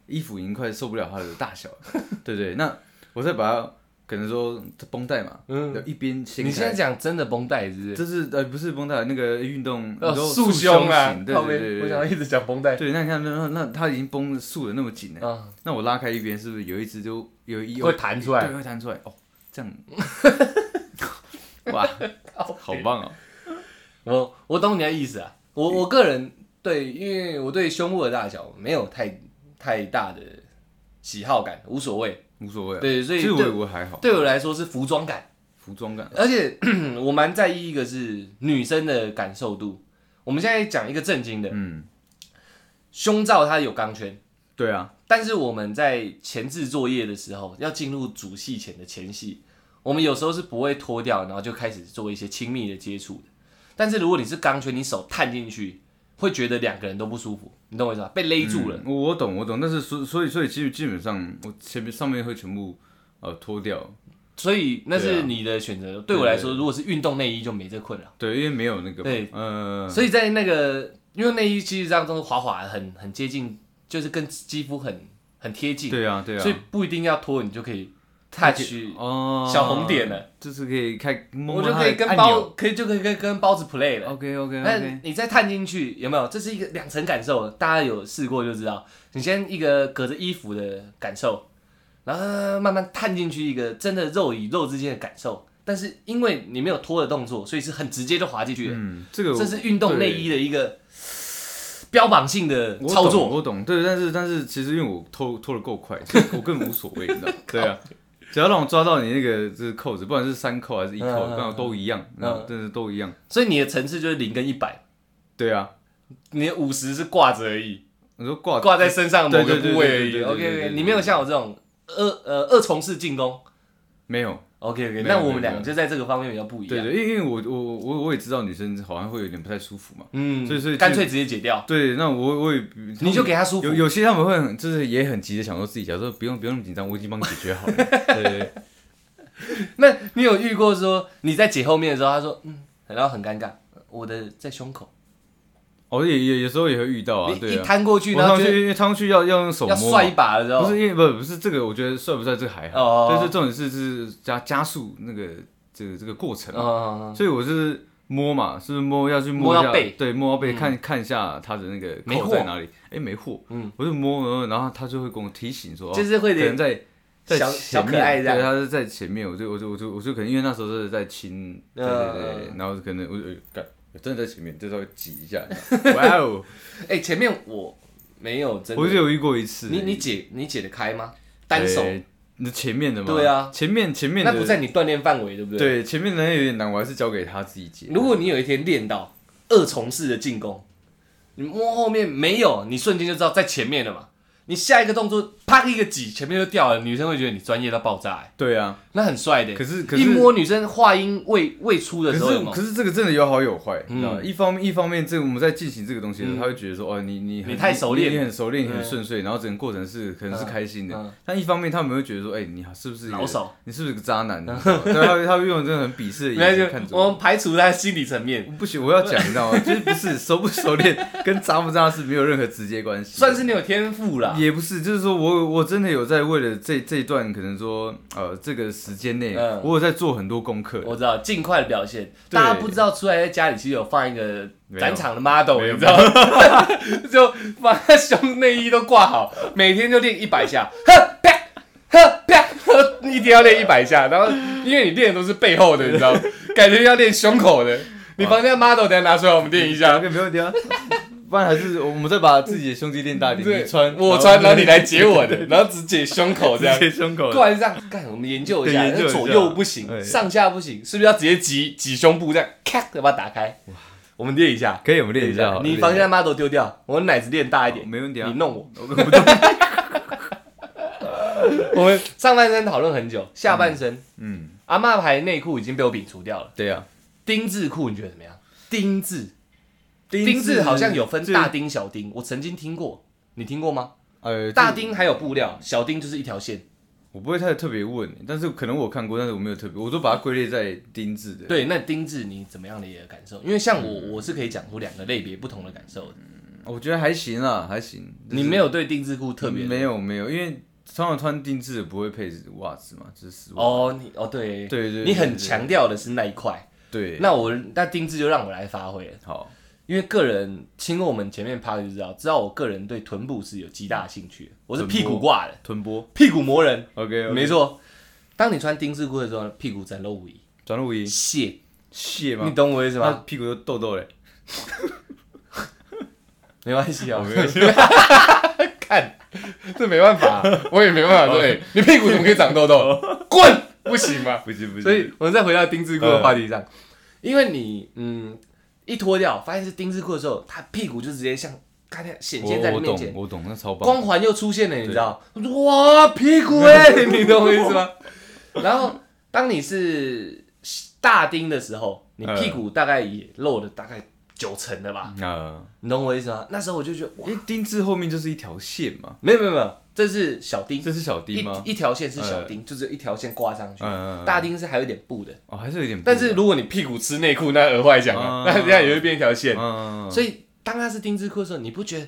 [SPEAKER 2] 衣服已经快受不了她的大小了， *laughs* 对不对？那我再把它可能说绷带嘛，
[SPEAKER 1] 嗯
[SPEAKER 2] 有一边掀
[SPEAKER 1] 你现在
[SPEAKER 2] 开。
[SPEAKER 1] 讲真的绷带是不是？
[SPEAKER 2] 这是呃不是绷带，那个运动
[SPEAKER 1] 哦，
[SPEAKER 2] 你说
[SPEAKER 1] 束
[SPEAKER 2] 胸
[SPEAKER 1] 啊
[SPEAKER 2] 型，对
[SPEAKER 1] 靠
[SPEAKER 2] 对
[SPEAKER 1] 边
[SPEAKER 2] 对
[SPEAKER 1] 我
[SPEAKER 2] 对
[SPEAKER 1] 想要
[SPEAKER 2] 对。
[SPEAKER 1] 一直讲绷带
[SPEAKER 2] 对，那你看那那它已经绷得束的那么紧了，
[SPEAKER 1] 啊，
[SPEAKER 2] 那我拉开一边是不是有一只就有一
[SPEAKER 1] 会弹出来
[SPEAKER 2] 对，，会弹出来哦，这样，哇，好棒哦！
[SPEAKER 1] 我我懂你的意思啊，
[SPEAKER 2] 嗯
[SPEAKER 1] 我我个人对，因为我对胸部的大小没有太太大的喜好感，无所谓。
[SPEAKER 2] 无所谓啊，
[SPEAKER 1] 对所以
[SPEAKER 2] 其实
[SPEAKER 1] 对
[SPEAKER 2] 我我还好，
[SPEAKER 1] 对我来说是服装感，
[SPEAKER 2] 服装感，
[SPEAKER 1] 而且 *clears throat* 我蛮在意一个是女生的感受度。我们现在讲一个正经的，
[SPEAKER 2] 嗯，
[SPEAKER 1] 胸罩它有钢圈，
[SPEAKER 2] 对啊，
[SPEAKER 1] 但是我们在前置作业的时候，要进入主戏前的前戏，我们有时候是不会脱掉，然后就开始做一些亲密的接触的。但是如果你是钢圈，你手探进去，会觉得两个人都不舒服，你懂我意思吧？被勒住了。
[SPEAKER 2] 嗯我我懂我懂，但是所所以所以基基本上我前面上面会全部呃脱掉，
[SPEAKER 1] 所以那
[SPEAKER 2] 对
[SPEAKER 1] 是
[SPEAKER 2] 啊
[SPEAKER 1] 你的选择。对我来说，如果是运动内衣就没这困扰。
[SPEAKER 2] 对，因为没有那个嘛，
[SPEAKER 1] 对
[SPEAKER 2] 呃，
[SPEAKER 1] 所以在那个运动内衣其实当中滑滑的很很接近，就是跟肌肤很很贴近，
[SPEAKER 2] 对啊对啊，
[SPEAKER 1] 所以不一定要脱，你就可以 touch
[SPEAKER 2] 哦，
[SPEAKER 1] 小红点啊了，
[SPEAKER 2] 就是可以开，摸
[SPEAKER 1] 我
[SPEAKER 2] 摸
[SPEAKER 1] 就
[SPEAKER 2] 它
[SPEAKER 1] 可以
[SPEAKER 2] 的
[SPEAKER 1] 跟
[SPEAKER 2] 按钮
[SPEAKER 1] 包可以就可以跟跟包子 play 了。
[SPEAKER 2] ，OK OK
[SPEAKER 1] 那
[SPEAKER 2] OK，
[SPEAKER 1] 你再探进去有没有？这是一个两层感受，大家有试过就知道。你先一个隔着衣服的感受，然后慢慢探进去一个真的肉与肉之间的感受。但是因为你没有脱的动作，所以是很直接就滑进去的。
[SPEAKER 2] 嗯，这个我
[SPEAKER 1] 这是运动内衣的一个标榜性的
[SPEAKER 2] 我
[SPEAKER 1] 操
[SPEAKER 2] 懂
[SPEAKER 1] 作。
[SPEAKER 2] 我懂，对，但是但是其实因为我偷偷的够快，所以我根本无所谓，你知
[SPEAKER 1] *laughs*
[SPEAKER 2] 道？对啊，只要让我抓到你那个就是扣子，不管是三扣还是一扣，
[SPEAKER 1] 嗯嗯嗯
[SPEAKER 2] 刚好都一样，
[SPEAKER 1] 嗯
[SPEAKER 2] 嗯，真的都一样。
[SPEAKER 1] 所以你的层次就是零跟一百，
[SPEAKER 2] 对啊，
[SPEAKER 1] 你的五十是挂着而已，
[SPEAKER 2] 你说挂
[SPEAKER 1] 挂在身上某个
[SPEAKER 2] 对对对
[SPEAKER 1] 部位而
[SPEAKER 2] 对
[SPEAKER 1] 已。
[SPEAKER 2] 对对
[SPEAKER 1] OK
[SPEAKER 2] 对对
[SPEAKER 1] OK，
[SPEAKER 2] 对
[SPEAKER 1] 你没有像我这种二呃二重式进攻。
[SPEAKER 2] 没有？
[SPEAKER 1] OK OK，
[SPEAKER 2] 有
[SPEAKER 1] 那我们
[SPEAKER 2] 没有
[SPEAKER 1] 两个就在这个方面比较不一
[SPEAKER 2] 对
[SPEAKER 1] 样。
[SPEAKER 2] 对，因为因为我我我我也知道女生好像会有点不太舒服嘛。
[SPEAKER 1] 嗯，
[SPEAKER 2] 所以所以
[SPEAKER 1] 干脆直接解掉，
[SPEAKER 2] 对，那我我也
[SPEAKER 1] 你就给他舒服
[SPEAKER 2] 有。有些他们会很就是也很急着想说自己假如说不用不用那么紧张，我已经帮你解决好
[SPEAKER 1] *laughs*
[SPEAKER 2] 了。对对对，
[SPEAKER 1] 那你有遇过说你在解后面的时候，他说嗯，然后很尴尬，我的在胸口，
[SPEAKER 2] 哦，也也有时候也会遇到啊，
[SPEAKER 1] 你
[SPEAKER 2] 对
[SPEAKER 1] 一
[SPEAKER 2] 啊。
[SPEAKER 1] 摊过去，
[SPEAKER 2] 我
[SPEAKER 1] 然后
[SPEAKER 2] 上
[SPEAKER 1] 就
[SPEAKER 2] 去，因为上去要要用手
[SPEAKER 1] 要
[SPEAKER 2] 摸嘛
[SPEAKER 1] 帅一，把的时候，
[SPEAKER 2] 不是因为不不是这个，我觉得帅不帅这个还
[SPEAKER 1] 哦
[SPEAKER 2] 好，但是重点是是加加速那个这个这个过程嘛，
[SPEAKER 1] 嗯，
[SPEAKER 2] 所以我就是摸嘛，是摸要去
[SPEAKER 1] 摸
[SPEAKER 2] 一
[SPEAKER 1] 到
[SPEAKER 2] 下
[SPEAKER 1] 背嗯
[SPEAKER 2] 对，摸到背看看一下他的那个
[SPEAKER 1] 没
[SPEAKER 2] 扣
[SPEAKER 1] 货嗯
[SPEAKER 2] 在哪里，哎没货，我就摸，然后然后他就会跟我提醒说，哦
[SPEAKER 1] 就是会
[SPEAKER 2] 可能
[SPEAKER 1] 点
[SPEAKER 2] 在在
[SPEAKER 1] 小
[SPEAKER 2] 前
[SPEAKER 1] 小
[SPEAKER 2] 面，
[SPEAKER 1] 可爱这样
[SPEAKER 2] 对，他是在前面，我就我就我就我就可能因为那时候是在亲，对对
[SPEAKER 1] 嗯
[SPEAKER 2] 对，对然后可能我就哎干。真的在前面，就稍微挤
[SPEAKER 1] *laughs*
[SPEAKER 2] 一下。哇哦！
[SPEAKER 1] 哎，前面我没有真
[SPEAKER 2] 我就
[SPEAKER 1] 的，
[SPEAKER 2] 有遇过一次。
[SPEAKER 1] 你你解你解得开吗？单手，
[SPEAKER 2] 哎你前面的吗？
[SPEAKER 1] 对啊
[SPEAKER 2] 前面前面的
[SPEAKER 1] 那不在你锻炼范围，对不对？。
[SPEAKER 2] 对前面的那有点难，我还是交给他自己解。
[SPEAKER 1] 如果你有一天练到二重式的进攻，你摸后面没有，你瞬间就知道在前面了嘛。你下一个动作啪一个挤，前面就掉了，女生会觉得你专业到爆炸、欸，
[SPEAKER 2] 对啊，
[SPEAKER 1] 那很帅的欸、
[SPEAKER 2] 可是可是
[SPEAKER 1] 一摸女生话音未未出的
[SPEAKER 2] 可
[SPEAKER 1] 时候有
[SPEAKER 2] 是
[SPEAKER 1] 没有，
[SPEAKER 2] 可是这个真的有好有坏，你知道吗？
[SPEAKER 1] 嗯
[SPEAKER 2] 一方面一方面，这个我们在进行这个东西的时候，他会觉得说，哦，你你很
[SPEAKER 1] 你太熟练
[SPEAKER 2] 你你很熟练，你
[SPEAKER 1] 嗯
[SPEAKER 2] 很顺遂，然后整个过程是可能是开
[SPEAKER 1] 嗯
[SPEAKER 2] 心的。但一方面，他们会觉得说，哎，你是不是一个
[SPEAKER 1] 老手？
[SPEAKER 2] 你是不是个渣男？你
[SPEAKER 1] *laughs*
[SPEAKER 2] 知道吗对，他会他会用这种很鄙视的
[SPEAKER 1] 没
[SPEAKER 2] 眼
[SPEAKER 1] 有
[SPEAKER 2] 神看
[SPEAKER 1] 就
[SPEAKER 2] 着
[SPEAKER 1] 我
[SPEAKER 2] 我。
[SPEAKER 1] 们排除他心理层面，
[SPEAKER 2] 不行，我要讲，你知道吗？就是不是熟不熟练跟渣不渣是没有任何直接关系的，
[SPEAKER 1] 算是你有天赋啦。
[SPEAKER 2] 也不是，就是说我我真的有在为了这这一段可能说呃这个时间内，
[SPEAKER 1] 嗯
[SPEAKER 2] 我有在做很多功课。
[SPEAKER 1] 我知道，尽快的表现。
[SPEAKER 2] 对
[SPEAKER 1] 大家不知道，出来在家里其实有放一个
[SPEAKER 2] 没有
[SPEAKER 1] 展场的 model，
[SPEAKER 2] 没有
[SPEAKER 1] 你知道吗？
[SPEAKER 2] *laughs*
[SPEAKER 1] 就把他胸内衣都挂好，每天就练一百下，呵啪呵啪呵，一天要练一百下。然后因为你练的都是背后的，你知道
[SPEAKER 2] *laughs*
[SPEAKER 1] 吗？感觉要练胸口的。你把那个 model 等下拿出来，我们练一下。
[SPEAKER 2] 啊，没问题啊，不然还是我们再把自己的胸肌练大一点，
[SPEAKER 1] 对，
[SPEAKER 2] 你穿，
[SPEAKER 1] 我穿，然后你来解我的，然后只解胸口这样
[SPEAKER 2] 直。接胸 *laughs* 口
[SPEAKER 1] 突。然这样，干，我们研究一下，
[SPEAKER 2] 对研究一下
[SPEAKER 1] 左右不
[SPEAKER 2] 哎
[SPEAKER 1] 行，上下不行，是不是要直接挤挤胸部这样，咔，要把它打开？我们练一下，
[SPEAKER 2] 可以，我们练一下好了。
[SPEAKER 1] 你房间
[SPEAKER 2] 练
[SPEAKER 1] 的 model 丢掉，我奶子练大一
[SPEAKER 2] 一下
[SPEAKER 1] 点，
[SPEAKER 2] 没问题
[SPEAKER 1] 你
[SPEAKER 2] 啊。
[SPEAKER 1] 弄我。
[SPEAKER 2] 我不动，
[SPEAKER 1] 我们上半身讨论很久，下半身
[SPEAKER 2] 哦嗯，
[SPEAKER 1] 阿妈牌内裤已经被我摒除掉了，
[SPEAKER 2] 对啊，
[SPEAKER 1] 丁字裤你觉得怎么样？丁字，丁字好像有分大，丁小丁，我曾经听过，你听过吗？
[SPEAKER 2] 呃，
[SPEAKER 1] 大
[SPEAKER 2] 这
[SPEAKER 1] 丁还有布料，小丁就是一条线。
[SPEAKER 2] 我不会太特别问，但是可能我看过，但是我没有特别，我都把它归类在丁字的。
[SPEAKER 1] 对，那丁字你怎么样的一个感受？因为像我，我是可以讲出两个类别不同的感受的。
[SPEAKER 2] 我觉得还行啊，还行。
[SPEAKER 1] 你没有对定制裤特别
[SPEAKER 2] 没有没有，因为通常穿定制的不会配袜子嘛，就是丝袜。
[SPEAKER 1] 哦，你哦对
[SPEAKER 2] 对对对
[SPEAKER 1] 你很强调的是那一块。
[SPEAKER 2] 对，
[SPEAKER 1] 那我那定制就让我来发挥了，
[SPEAKER 2] 好，
[SPEAKER 1] 因为个人听过我们前面趴就知道，知道我个人对臀部是有极大的兴趣的，我是屁股挂的，
[SPEAKER 2] 臀波
[SPEAKER 1] 屁股磨人，
[SPEAKER 2] ，OK，
[SPEAKER 1] 没错。当你穿丁字裤的时候，屁股展露无遗，
[SPEAKER 2] 转入一
[SPEAKER 1] 谢，
[SPEAKER 2] 谢
[SPEAKER 1] 你
[SPEAKER 2] 吗？
[SPEAKER 1] 懂我意思
[SPEAKER 2] 他
[SPEAKER 1] 吗？
[SPEAKER 2] 屁股有痘痘嘞，
[SPEAKER 1] 没关系啊，
[SPEAKER 2] 我没有
[SPEAKER 1] 看， *laughs* 这没办法，我也没办
[SPEAKER 2] 哦
[SPEAKER 1] 法说，哎，你屁股怎么可以长痘痘？ *laughs* *laughs* 滚，不行吗？
[SPEAKER 2] 不行不行，
[SPEAKER 1] 所以我们再回到丁字裤
[SPEAKER 2] 嗯
[SPEAKER 1] 的话题上，因为你嗯一脱掉，发现是丁字裤的时候，他屁股就直接像刚才显
[SPEAKER 2] 我
[SPEAKER 1] 现在你
[SPEAKER 2] 哦我
[SPEAKER 1] 面
[SPEAKER 2] 懂
[SPEAKER 1] 前，
[SPEAKER 2] 我懂，那超棒，
[SPEAKER 1] 光环又出现了，你知道？我说哇屁股哎、你懂我意思 *laughs* 吗？然后当你是大丁的时候，你屁股大概也露了大概九成的吧，
[SPEAKER 2] 啊，
[SPEAKER 1] 你懂我意思吗？那时候我就觉得哇，
[SPEAKER 2] 因为丁字后面就是一条线嘛，
[SPEAKER 1] 没有没有没有，这是小丁，
[SPEAKER 2] 这是小丁吗？
[SPEAKER 1] 一一条线是小丁，就是一条线挂上去，
[SPEAKER 2] 嗯，嗯嗯
[SPEAKER 1] 大丁是还有点布的。
[SPEAKER 2] 哦还是有点不一
[SPEAKER 1] 但
[SPEAKER 2] 样，
[SPEAKER 1] 是如果你屁股吃内裤，那额外讲了，
[SPEAKER 2] 啊
[SPEAKER 1] 那人家也会变一条线。
[SPEAKER 2] 嗯，
[SPEAKER 1] 所以当它是丁字裤的时候，你不觉得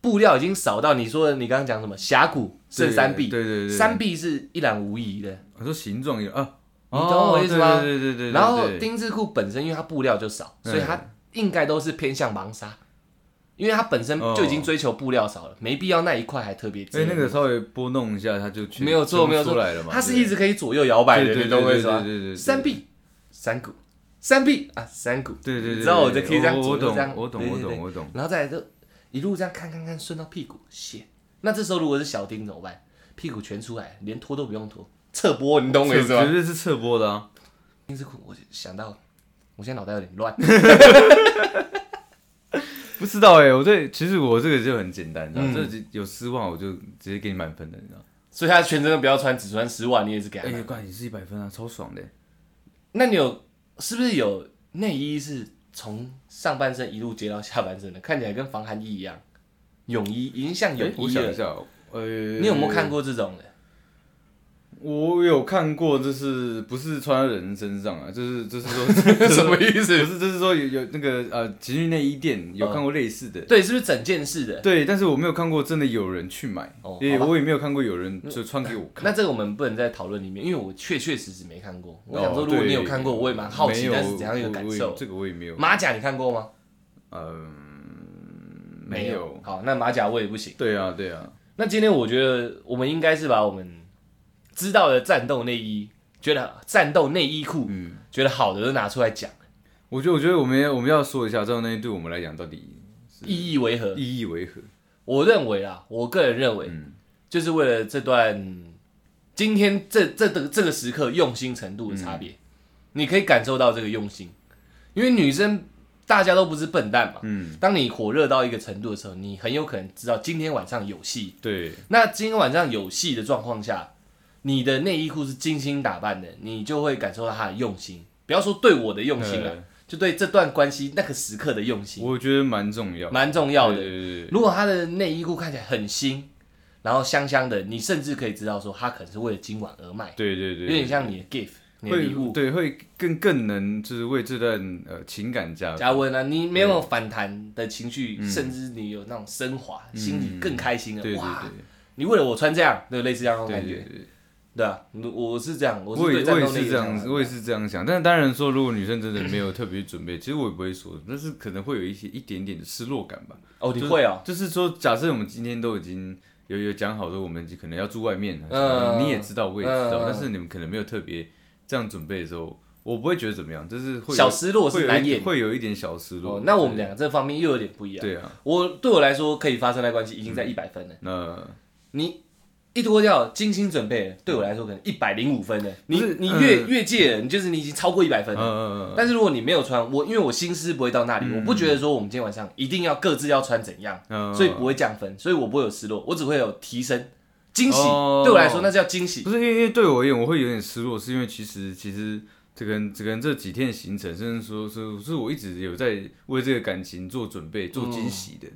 [SPEAKER 1] 布料已经少到你说的你刚刚讲什么峡谷
[SPEAKER 2] 对
[SPEAKER 1] 剩三臂，
[SPEAKER 2] 对对对，
[SPEAKER 1] 三臂是一览无遗的。
[SPEAKER 2] 我说形状有啊，
[SPEAKER 1] 你懂我意思吗
[SPEAKER 2] 哦对对对对对，
[SPEAKER 1] 然后
[SPEAKER 2] 对
[SPEAKER 1] 丁字裤本身因为它布料就少，
[SPEAKER 2] 嗯
[SPEAKER 1] 所以它应该都是偏向盲纱，因为它本身就已经追求布料少了，没必要那一块还特别
[SPEAKER 2] 所以
[SPEAKER 1] 遮。
[SPEAKER 2] 嗯哎那个稍微拨弄一下，它就全
[SPEAKER 1] 没有错，
[SPEAKER 2] 全部
[SPEAKER 1] 没有错
[SPEAKER 2] 出来了嘛，
[SPEAKER 1] 它是
[SPEAKER 2] 对
[SPEAKER 1] 一直可以左右摇摆的，
[SPEAKER 2] 对对
[SPEAKER 1] 你懂我意思吗
[SPEAKER 2] 对对对对？对
[SPEAKER 1] 三臂，三股，三臂啊，三股。
[SPEAKER 2] 对对对，
[SPEAKER 1] 你知道我
[SPEAKER 2] 对
[SPEAKER 1] 在
[SPEAKER 2] 对
[SPEAKER 1] 贴这样
[SPEAKER 2] 我
[SPEAKER 1] 左
[SPEAKER 2] 我
[SPEAKER 1] 右
[SPEAKER 2] 懂
[SPEAKER 1] 这样
[SPEAKER 2] 我懂
[SPEAKER 1] 对
[SPEAKER 2] 我
[SPEAKER 1] 对对
[SPEAKER 2] 懂我懂，
[SPEAKER 1] 然后再来就一路这样看看看，顺到屁股，血。那这时候如果是小丁怎么办？屁股全出来，连脱都不用脱，侧播，你懂我意思
[SPEAKER 2] 这绝
[SPEAKER 1] 吗？
[SPEAKER 2] 对是侧播的啊，
[SPEAKER 1] 丁字裤，我想到，我现在脑袋有点乱。
[SPEAKER 2] 不知道哎、我对，其实我这个就很简单，你知道，
[SPEAKER 1] 嗯
[SPEAKER 2] 这只有丝袜我就直接给你满分的，你知道，
[SPEAKER 1] 所以他全身都不要穿，只穿丝袜，你也是给他
[SPEAKER 2] 哎、
[SPEAKER 1] 买。
[SPEAKER 2] 怪你是一百分啊，超爽的、
[SPEAKER 1] 那你有是不是有内衣是从上半身一路接到下半身的？看起来跟防寒衣一样，泳衣已经像
[SPEAKER 2] 哎
[SPEAKER 1] 泳
[SPEAKER 2] 我
[SPEAKER 1] 衣啊
[SPEAKER 2] 想
[SPEAKER 1] 了
[SPEAKER 2] 一。下哦，呃、
[SPEAKER 1] 你有没有看过这种的？
[SPEAKER 2] 我有看过，就是不是穿在人身上啊，就是就
[SPEAKER 1] *laughs*
[SPEAKER 2] 是说
[SPEAKER 1] 什么意思哦
[SPEAKER 2] 不是，就是说有有那个呃情趣内衣店有看过类似的，
[SPEAKER 1] 对，是不是整件事的？
[SPEAKER 2] 对，但是我没有看过真的有人去买，
[SPEAKER 1] 哦
[SPEAKER 2] 也
[SPEAKER 1] 好吧
[SPEAKER 2] 我也没有看过有人就穿给我看。
[SPEAKER 1] 那这个我们不能在讨论里面，因为我确确实实没看过。我想说，
[SPEAKER 2] 哦
[SPEAKER 1] 如果
[SPEAKER 2] 对
[SPEAKER 1] 你有看过，我也蛮好
[SPEAKER 2] 没
[SPEAKER 1] 奇，
[SPEAKER 2] 有
[SPEAKER 1] 但是怎样一个感
[SPEAKER 2] 我我也
[SPEAKER 1] 受？
[SPEAKER 2] 这个我也没有，
[SPEAKER 1] 马甲你看过吗？
[SPEAKER 2] 嗯，没有。
[SPEAKER 1] 好，那马甲我也不行。
[SPEAKER 2] 对啊，对啊，
[SPEAKER 1] 那今天我觉得我们应该是把我们知道的战斗内衣，觉得战斗内衣裤，
[SPEAKER 2] 嗯，
[SPEAKER 1] 觉得好的都拿出来讲，
[SPEAKER 2] 我觉得我觉得我们要我们要说一下，这种东西对我们来讲到底
[SPEAKER 1] 意义为何？
[SPEAKER 2] 意义为何？
[SPEAKER 1] 我认为啊，我个人认为，
[SPEAKER 2] 嗯
[SPEAKER 1] 就是为了这段今天这这的这个时刻用心程度的差
[SPEAKER 2] 嗯
[SPEAKER 1] 别，你可以感受到这个用心，因为女生大家都不是笨蛋嘛。
[SPEAKER 2] 嗯，
[SPEAKER 1] 当你火热到一个程度的时候，你很有可能知道今天晚上有戏。
[SPEAKER 2] 对，
[SPEAKER 1] 那今天晚上有戏的状况下，你的内衣裤是精心打扮的，你就会感受到她的用心。不要说对我的用心了、啊
[SPEAKER 2] 呃
[SPEAKER 1] 就对这段关系那个时刻的用心，
[SPEAKER 2] 我觉得蛮重要，
[SPEAKER 1] 蛮重要的。
[SPEAKER 2] 对对对对
[SPEAKER 1] 如果她的内衣裤看起来很新，然后香香的，你甚至可以知道说她可能是为了今晚而卖，
[SPEAKER 2] 对对
[SPEAKER 1] 有
[SPEAKER 2] 对，
[SPEAKER 1] 点像你的 gift，你的
[SPEAKER 2] 会
[SPEAKER 1] 礼物
[SPEAKER 2] 对，会更更能就是为这段呃情感加分
[SPEAKER 1] 加温啊。你没有反弹的情绪，甚至你有那种升华，心里更开心了。
[SPEAKER 2] 嗯对对
[SPEAKER 1] 哇，
[SPEAKER 2] 对
[SPEAKER 1] 你为了我穿这样，对，类似这样的
[SPEAKER 2] 对
[SPEAKER 1] 感
[SPEAKER 2] 对
[SPEAKER 1] 觉。
[SPEAKER 2] 对，对
[SPEAKER 1] 对啊，我我是这样，我是
[SPEAKER 2] 我
[SPEAKER 1] 对
[SPEAKER 2] 也
[SPEAKER 1] 战
[SPEAKER 2] 我也
[SPEAKER 1] 斗内
[SPEAKER 2] 是
[SPEAKER 1] 衣
[SPEAKER 2] 这
[SPEAKER 1] 的想
[SPEAKER 2] 样，
[SPEAKER 1] 法
[SPEAKER 2] 子，我也是这样想。但当然说，如果女生真的没有特别准备，其实我也不会说，但是可能会有一些一点点的失落感吧。
[SPEAKER 1] 哦，你
[SPEAKER 2] 就是
[SPEAKER 1] 会哦，
[SPEAKER 2] 就是说，假设我们今天都已经有有讲好说，我们可能要住外面，啊
[SPEAKER 1] 嗯
[SPEAKER 2] 你也知道，我也知道，
[SPEAKER 1] 嗯
[SPEAKER 2] 但是你们可能没有特别这样准备的时候，我不会觉得怎么样，就是会有
[SPEAKER 1] 小失落
[SPEAKER 2] 会
[SPEAKER 1] 是
[SPEAKER 2] 有
[SPEAKER 1] 难
[SPEAKER 2] 一
[SPEAKER 1] 掩。
[SPEAKER 2] 会有一点小失落
[SPEAKER 1] 哦。，那我们两个这方面又有点不一样。
[SPEAKER 2] 对啊，嗯
[SPEAKER 1] 我对我来说可以发生的关系已经在一百分了，
[SPEAKER 2] 那
[SPEAKER 1] 你一脱掉精心准备了，对我来说可能一百零五分了。你
[SPEAKER 2] 嗯不是
[SPEAKER 1] 你
[SPEAKER 2] 嗯
[SPEAKER 1] 越越界了，你就是你已经超过一百分
[SPEAKER 2] 嗯
[SPEAKER 1] 了。
[SPEAKER 2] 嗯嗯
[SPEAKER 1] 但是如果你没有穿，我因为我心思不会到那里，我不觉得说我们今天晚上一定要各自要穿怎样，
[SPEAKER 2] 嗯，
[SPEAKER 1] 所以不会降分，所以我不会有失落，我只会有提升惊喜。
[SPEAKER 2] 哦
[SPEAKER 1] 对我来说那叫惊喜
[SPEAKER 2] 不。是因为因为对我而言，我会有点失落，是因为其实其实这个这个这几天的行程，甚至说是是我一直有在为这个感情做准备、做惊喜
[SPEAKER 1] 嗯
[SPEAKER 2] 的。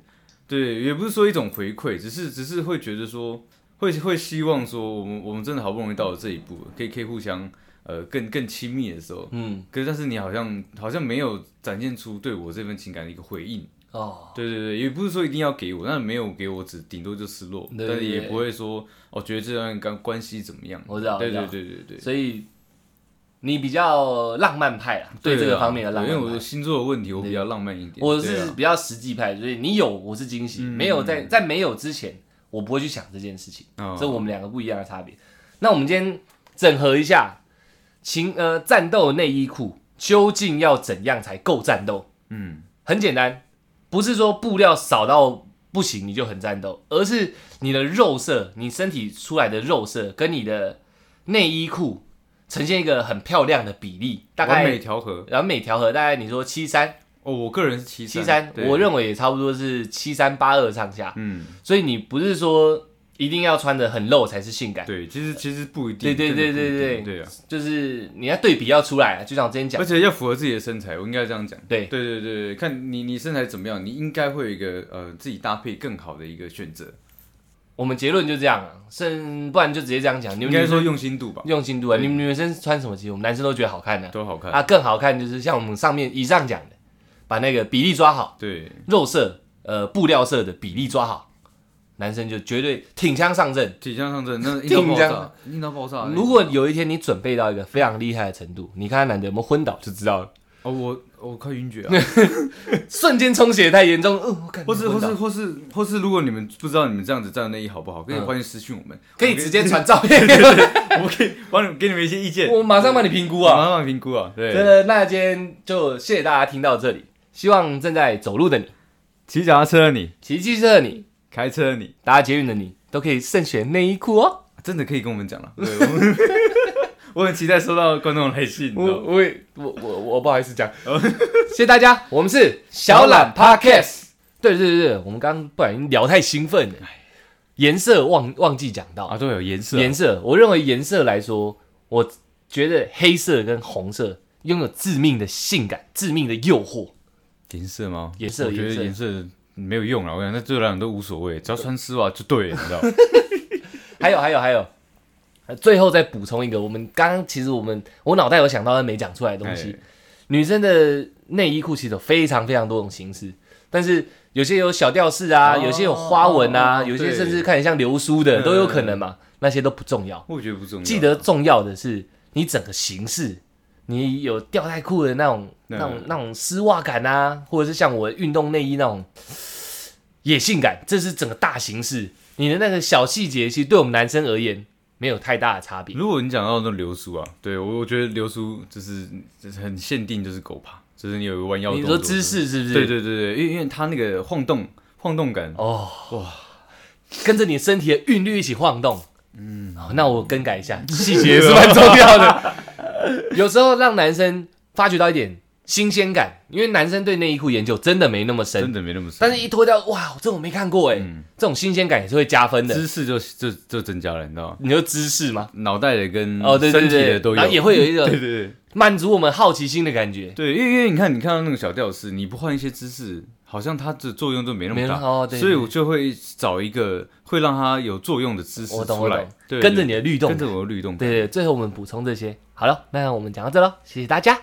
[SPEAKER 2] 对，也不是说一种回馈，只是只是会觉得说会会希望说我们我们真的好不容易到了这一步，可以可以互相呃更更亲密的时候。
[SPEAKER 1] 嗯，
[SPEAKER 2] 可是，但是你好像好像没有展现出对我这份情感的一个回应，
[SPEAKER 1] 哦，
[SPEAKER 2] 对对对，也不是说一定要给我，那没有给我，只顶多就失落，
[SPEAKER 1] 对对
[SPEAKER 2] 但是也
[SPEAKER 1] 对
[SPEAKER 2] 不会说哦，觉得这段关关系怎么样，
[SPEAKER 1] 我知道，我
[SPEAKER 2] 对
[SPEAKER 1] 知道
[SPEAKER 2] 对对对对，
[SPEAKER 1] 所以你比较浪漫派啦，对这
[SPEAKER 2] 啊
[SPEAKER 1] 个方面的浪
[SPEAKER 2] 对因为
[SPEAKER 1] 漫
[SPEAKER 2] 我
[SPEAKER 1] 派。
[SPEAKER 2] 星座的问题，我比较浪漫一点。
[SPEAKER 1] 我
[SPEAKER 2] 对
[SPEAKER 1] 是
[SPEAKER 2] 啊嗯
[SPEAKER 1] 比较实际派，所以你有我是惊喜，没有在在没有之前，我不会去想这件事情，
[SPEAKER 2] 哦
[SPEAKER 1] 这我们两个不一样的差别。那我们今天整合一下，情呃战斗内衣裤究竟要怎样才够战斗？
[SPEAKER 2] 嗯，
[SPEAKER 1] 很简单，不是说布料少到不行你就很战斗，而是你的肉色，你身体出来的肉色跟你的内衣裤呈现一个很漂亮的比例，大
[SPEAKER 2] 完美
[SPEAKER 1] 概
[SPEAKER 2] 调和。
[SPEAKER 1] 然后每调和大概你说七三
[SPEAKER 2] 哦，我个人是七
[SPEAKER 1] 七三，
[SPEAKER 2] 对
[SPEAKER 1] 我认为也差不多是七三八二上下，
[SPEAKER 2] 嗯，
[SPEAKER 1] 所以你不是说一定要穿的很露才是性感，
[SPEAKER 2] 对，其实其实不一
[SPEAKER 1] 呃对
[SPEAKER 2] 定，
[SPEAKER 1] 对对
[SPEAKER 2] 真的不一
[SPEAKER 1] 对
[SPEAKER 2] 定
[SPEAKER 1] 对
[SPEAKER 2] 对啊，
[SPEAKER 1] 就是你要对比要出来，啊就像我之前讲
[SPEAKER 2] 而，且要符合自己的身材，我应该这样讲。
[SPEAKER 1] 对
[SPEAKER 2] 对对对对，看你你身材怎么样，你应该会有一个呃自己搭配更好的一个选择，
[SPEAKER 1] 我们结论就这样啊，甚不然就直接这样讲，你
[SPEAKER 2] 应
[SPEAKER 1] 们
[SPEAKER 2] 该
[SPEAKER 1] 女生
[SPEAKER 2] 说用心度吧，
[SPEAKER 1] 用心度啊，你们女生穿什么其实我们男生都觉得好看的
[SPEAKER 2] 都好看。
[SPEAKER 1] 啊，更好看就是像我们上面以上讲的，把那个比例抓好，
[SPEAKER 2] 对，
[SPEAKER 1] 肉色呃布料色的比例抓好，男生就绝对挺枪上阵。
[SPEAKER 2] 体香上
[SPEAKER 1] *laughs*
[SPEAKER 2] 阵，那硬到
[SPEAKER 1] 挺
[SPEAKER 2] 爆
[SPEAKER 1] 香
[SPEAKER 2] 炸，硬到爆炸。
[SPEAKER 1] 如果有一天你准备到一个非常厉害的程度，你看他男的有没有昏倒就知道了，
[SPEAKER 2] 哦，我我快
[SPEAKER 1] *laughs*
[SPEAKER 2] 晕厥啊！
[SPEAKER 1] 瞬间充血太严重，嗯、我感
[SPEAKER 2] 或是或是
[SPEAKER 1] 是
[SPEAKER 2] 或是或是，如果你们不知道你们这样子站的内衣好不好，可以欢迎私讯我们，
[SPEAKER 1] 嗯 *laughs* 可以
[SPEAKER 2] 我们
[SPEAKER 1] 直接传照片给我，
[SPEAKER 2] *laughs* 我们可以帮你们给你们一些意见，
[SPEAKER 1] *laughs* 我马上帮你评估啊。
[SPEAKER 2] 慢慢评估啊。
[SPEAKER 1] 真
[SPEAKER 2] 对，
[SPEAKER 1] 的，那今天就谢谢大家听到这里，希望正在走路的你、
[SPEAKER 2] 骑脚踏车的你，
[SPEAKER 1] 骑机车的你、
[SPEAKER 2] 开车的你，
[SPEAKER 1] 搭捷运的你，都可以慎选内衣裤哦。
[SPEAKER 2] 真的可以跟我们讲了。对，我们 *laughs* 我很期待收到观众来信。你知
[SPEAKER 1] 我
[SPEAKER 2] 道吗
[SPEAKER 1] 我也我我我不好意
[SPEAKER 2] *laughs*
[SPEAKER 1] 思讲，
[SPEAKER 2] 哦
[SPEAKER 1] 谢谢大家，我们是小懒 Podcast。对对对对，我们刚刚不小心聊太兴奋了，
[SPEAKER 2] 哎
[SPEAKER 1] 颜色忘忘记讲到
[SPEAKER 2] 啊，都有颜色啊，
[SPEAKER 1] 颜色，我认为颜色来说，我觉得黑色跟红色拥有致命的性感、致命的诱惑。
[SPEAKER 2] 颜色吗？
[SPEAKER 1] 颜色
[SPEAKER 2] 我觉
[SPEAKER 1] 颜色
[SPEAKER 2] 得颜色没有用了，我想
[SPEAKER 1] *laughs*
[SPEAKER 2] 那对我来讲都无所谓，只要穿丝袜就对了，你知道吗？
[SPEAKER 1] 还有还有还有，呃最后再补充一个，我们刚刚其实我们我脑袋有想到但没讲出来的东
[SPEAKER 2] 哎
[SPEAKER 1] 西，女生的内衣裤其实有非常非常多种形式，但是有些有小吊饰啊，
[SPEAKER 2] 哦
[SPEAKER 1] 有些有花纹啊，
[SPEAKER 2] 哦
[SPEAKER 1] 有些
[SPEAKER 2] 对
[SPEAKER 1] 甚至看起来像流苏的
[SPEAKER 2] 嗯
[SPEAKER 1] 都有可能嘛，那些都不重要。
[SPEAKER 2] 我觉得不重要。
[SPEAKER 1] 记得重要的是你整个形式，你有吊带裤的那种、那
[SPEAKER 2] 嗯
[SPEAKER 1] 种、那种丝袜感啊，或者是像我运动内衣那种野性感，这是整个大形式。你的那个小细节，其实对我们男生而言没有太大的差别。
[SPEAKER 2] 如果你讲到那种流苏啊，对我我觉得流苏就是就是很限定，就是狗爬，就是你有一个弯腰
[SPEAKER 1] 你
[SPEAKER 2] 动
[SPEAKER 1] 说
[SPEAKER 2] 作。
[SPEAKER 1] 姿势是不是？
[SPEAKER 2] 对对对对，因为因为它那个晃动晃动感，
[SPEAKER 1] 哦，哇，跟着你身体的韵律一起晃动。嗯，那我更改一
[SPEAKER 2] *laughs*
[SPEAKER 1] 下，细节也是蛮重要的。有时候让男生发掘到一点新鲜感，因为男生对内衣裤研究真的没那么深
[SPEAKER 2] 真，的没那嗯么深。
[SPEAKER 1] 但是一脱掉，哇，这我没看过哎、这种新鲜感也是会加分的。
[SPEAKER 2] 姿势就就就增加了，你知道吗？
[SPEAKER 1] 你说姿势吗？
[SPEAKER 2] 脑袋的跟
[SPEAKER 1] 哦，对对
[SPEAKER 2] 身体
[SPEAKER 1] 对
[SPEAKER 2] 的都有，
[SPEAKER 1] 然后也会有一
[SPEAKER 2] *laughs* 对
[SPEAKER 1] 个
[SPEAKER 2] 对对
[SPEAKER 1] 满足我们好奇心的感觉。
[SPEAKER 2] 对，因为因为你看你看到那种小吊饰，你不换一些姿势，好像它的作用就没那
[SPEAKER 1] 没
[SPEAKER 2] 么
[SPEAKER 1] 那
[SPEAKER 2] 大，
[SPEAKER 1] 么哦对
[SPEAKER 2] 所以
[SPEAKER 1] 对
[SPEAKER 2] 我就会找一个会让它有作用的姿势
[SPEAKER 1] 我懂
[SPEAKER 2] 出
[SPEAKER 1] 我
[SPEAKER 2] 来
[SPEAKER 1] 懂，，
[SPEAKER 2] 对，
[SPEAKER 1] 跟着
[SPEAKER 2] 对
[SPEAKER 1] 你的律动
[SPEAKER 2] 跟。着我的律动，
[SPEAKER 1] 对对，最后我们补充这些。好了，那我们讲到这喽，谢谢大家。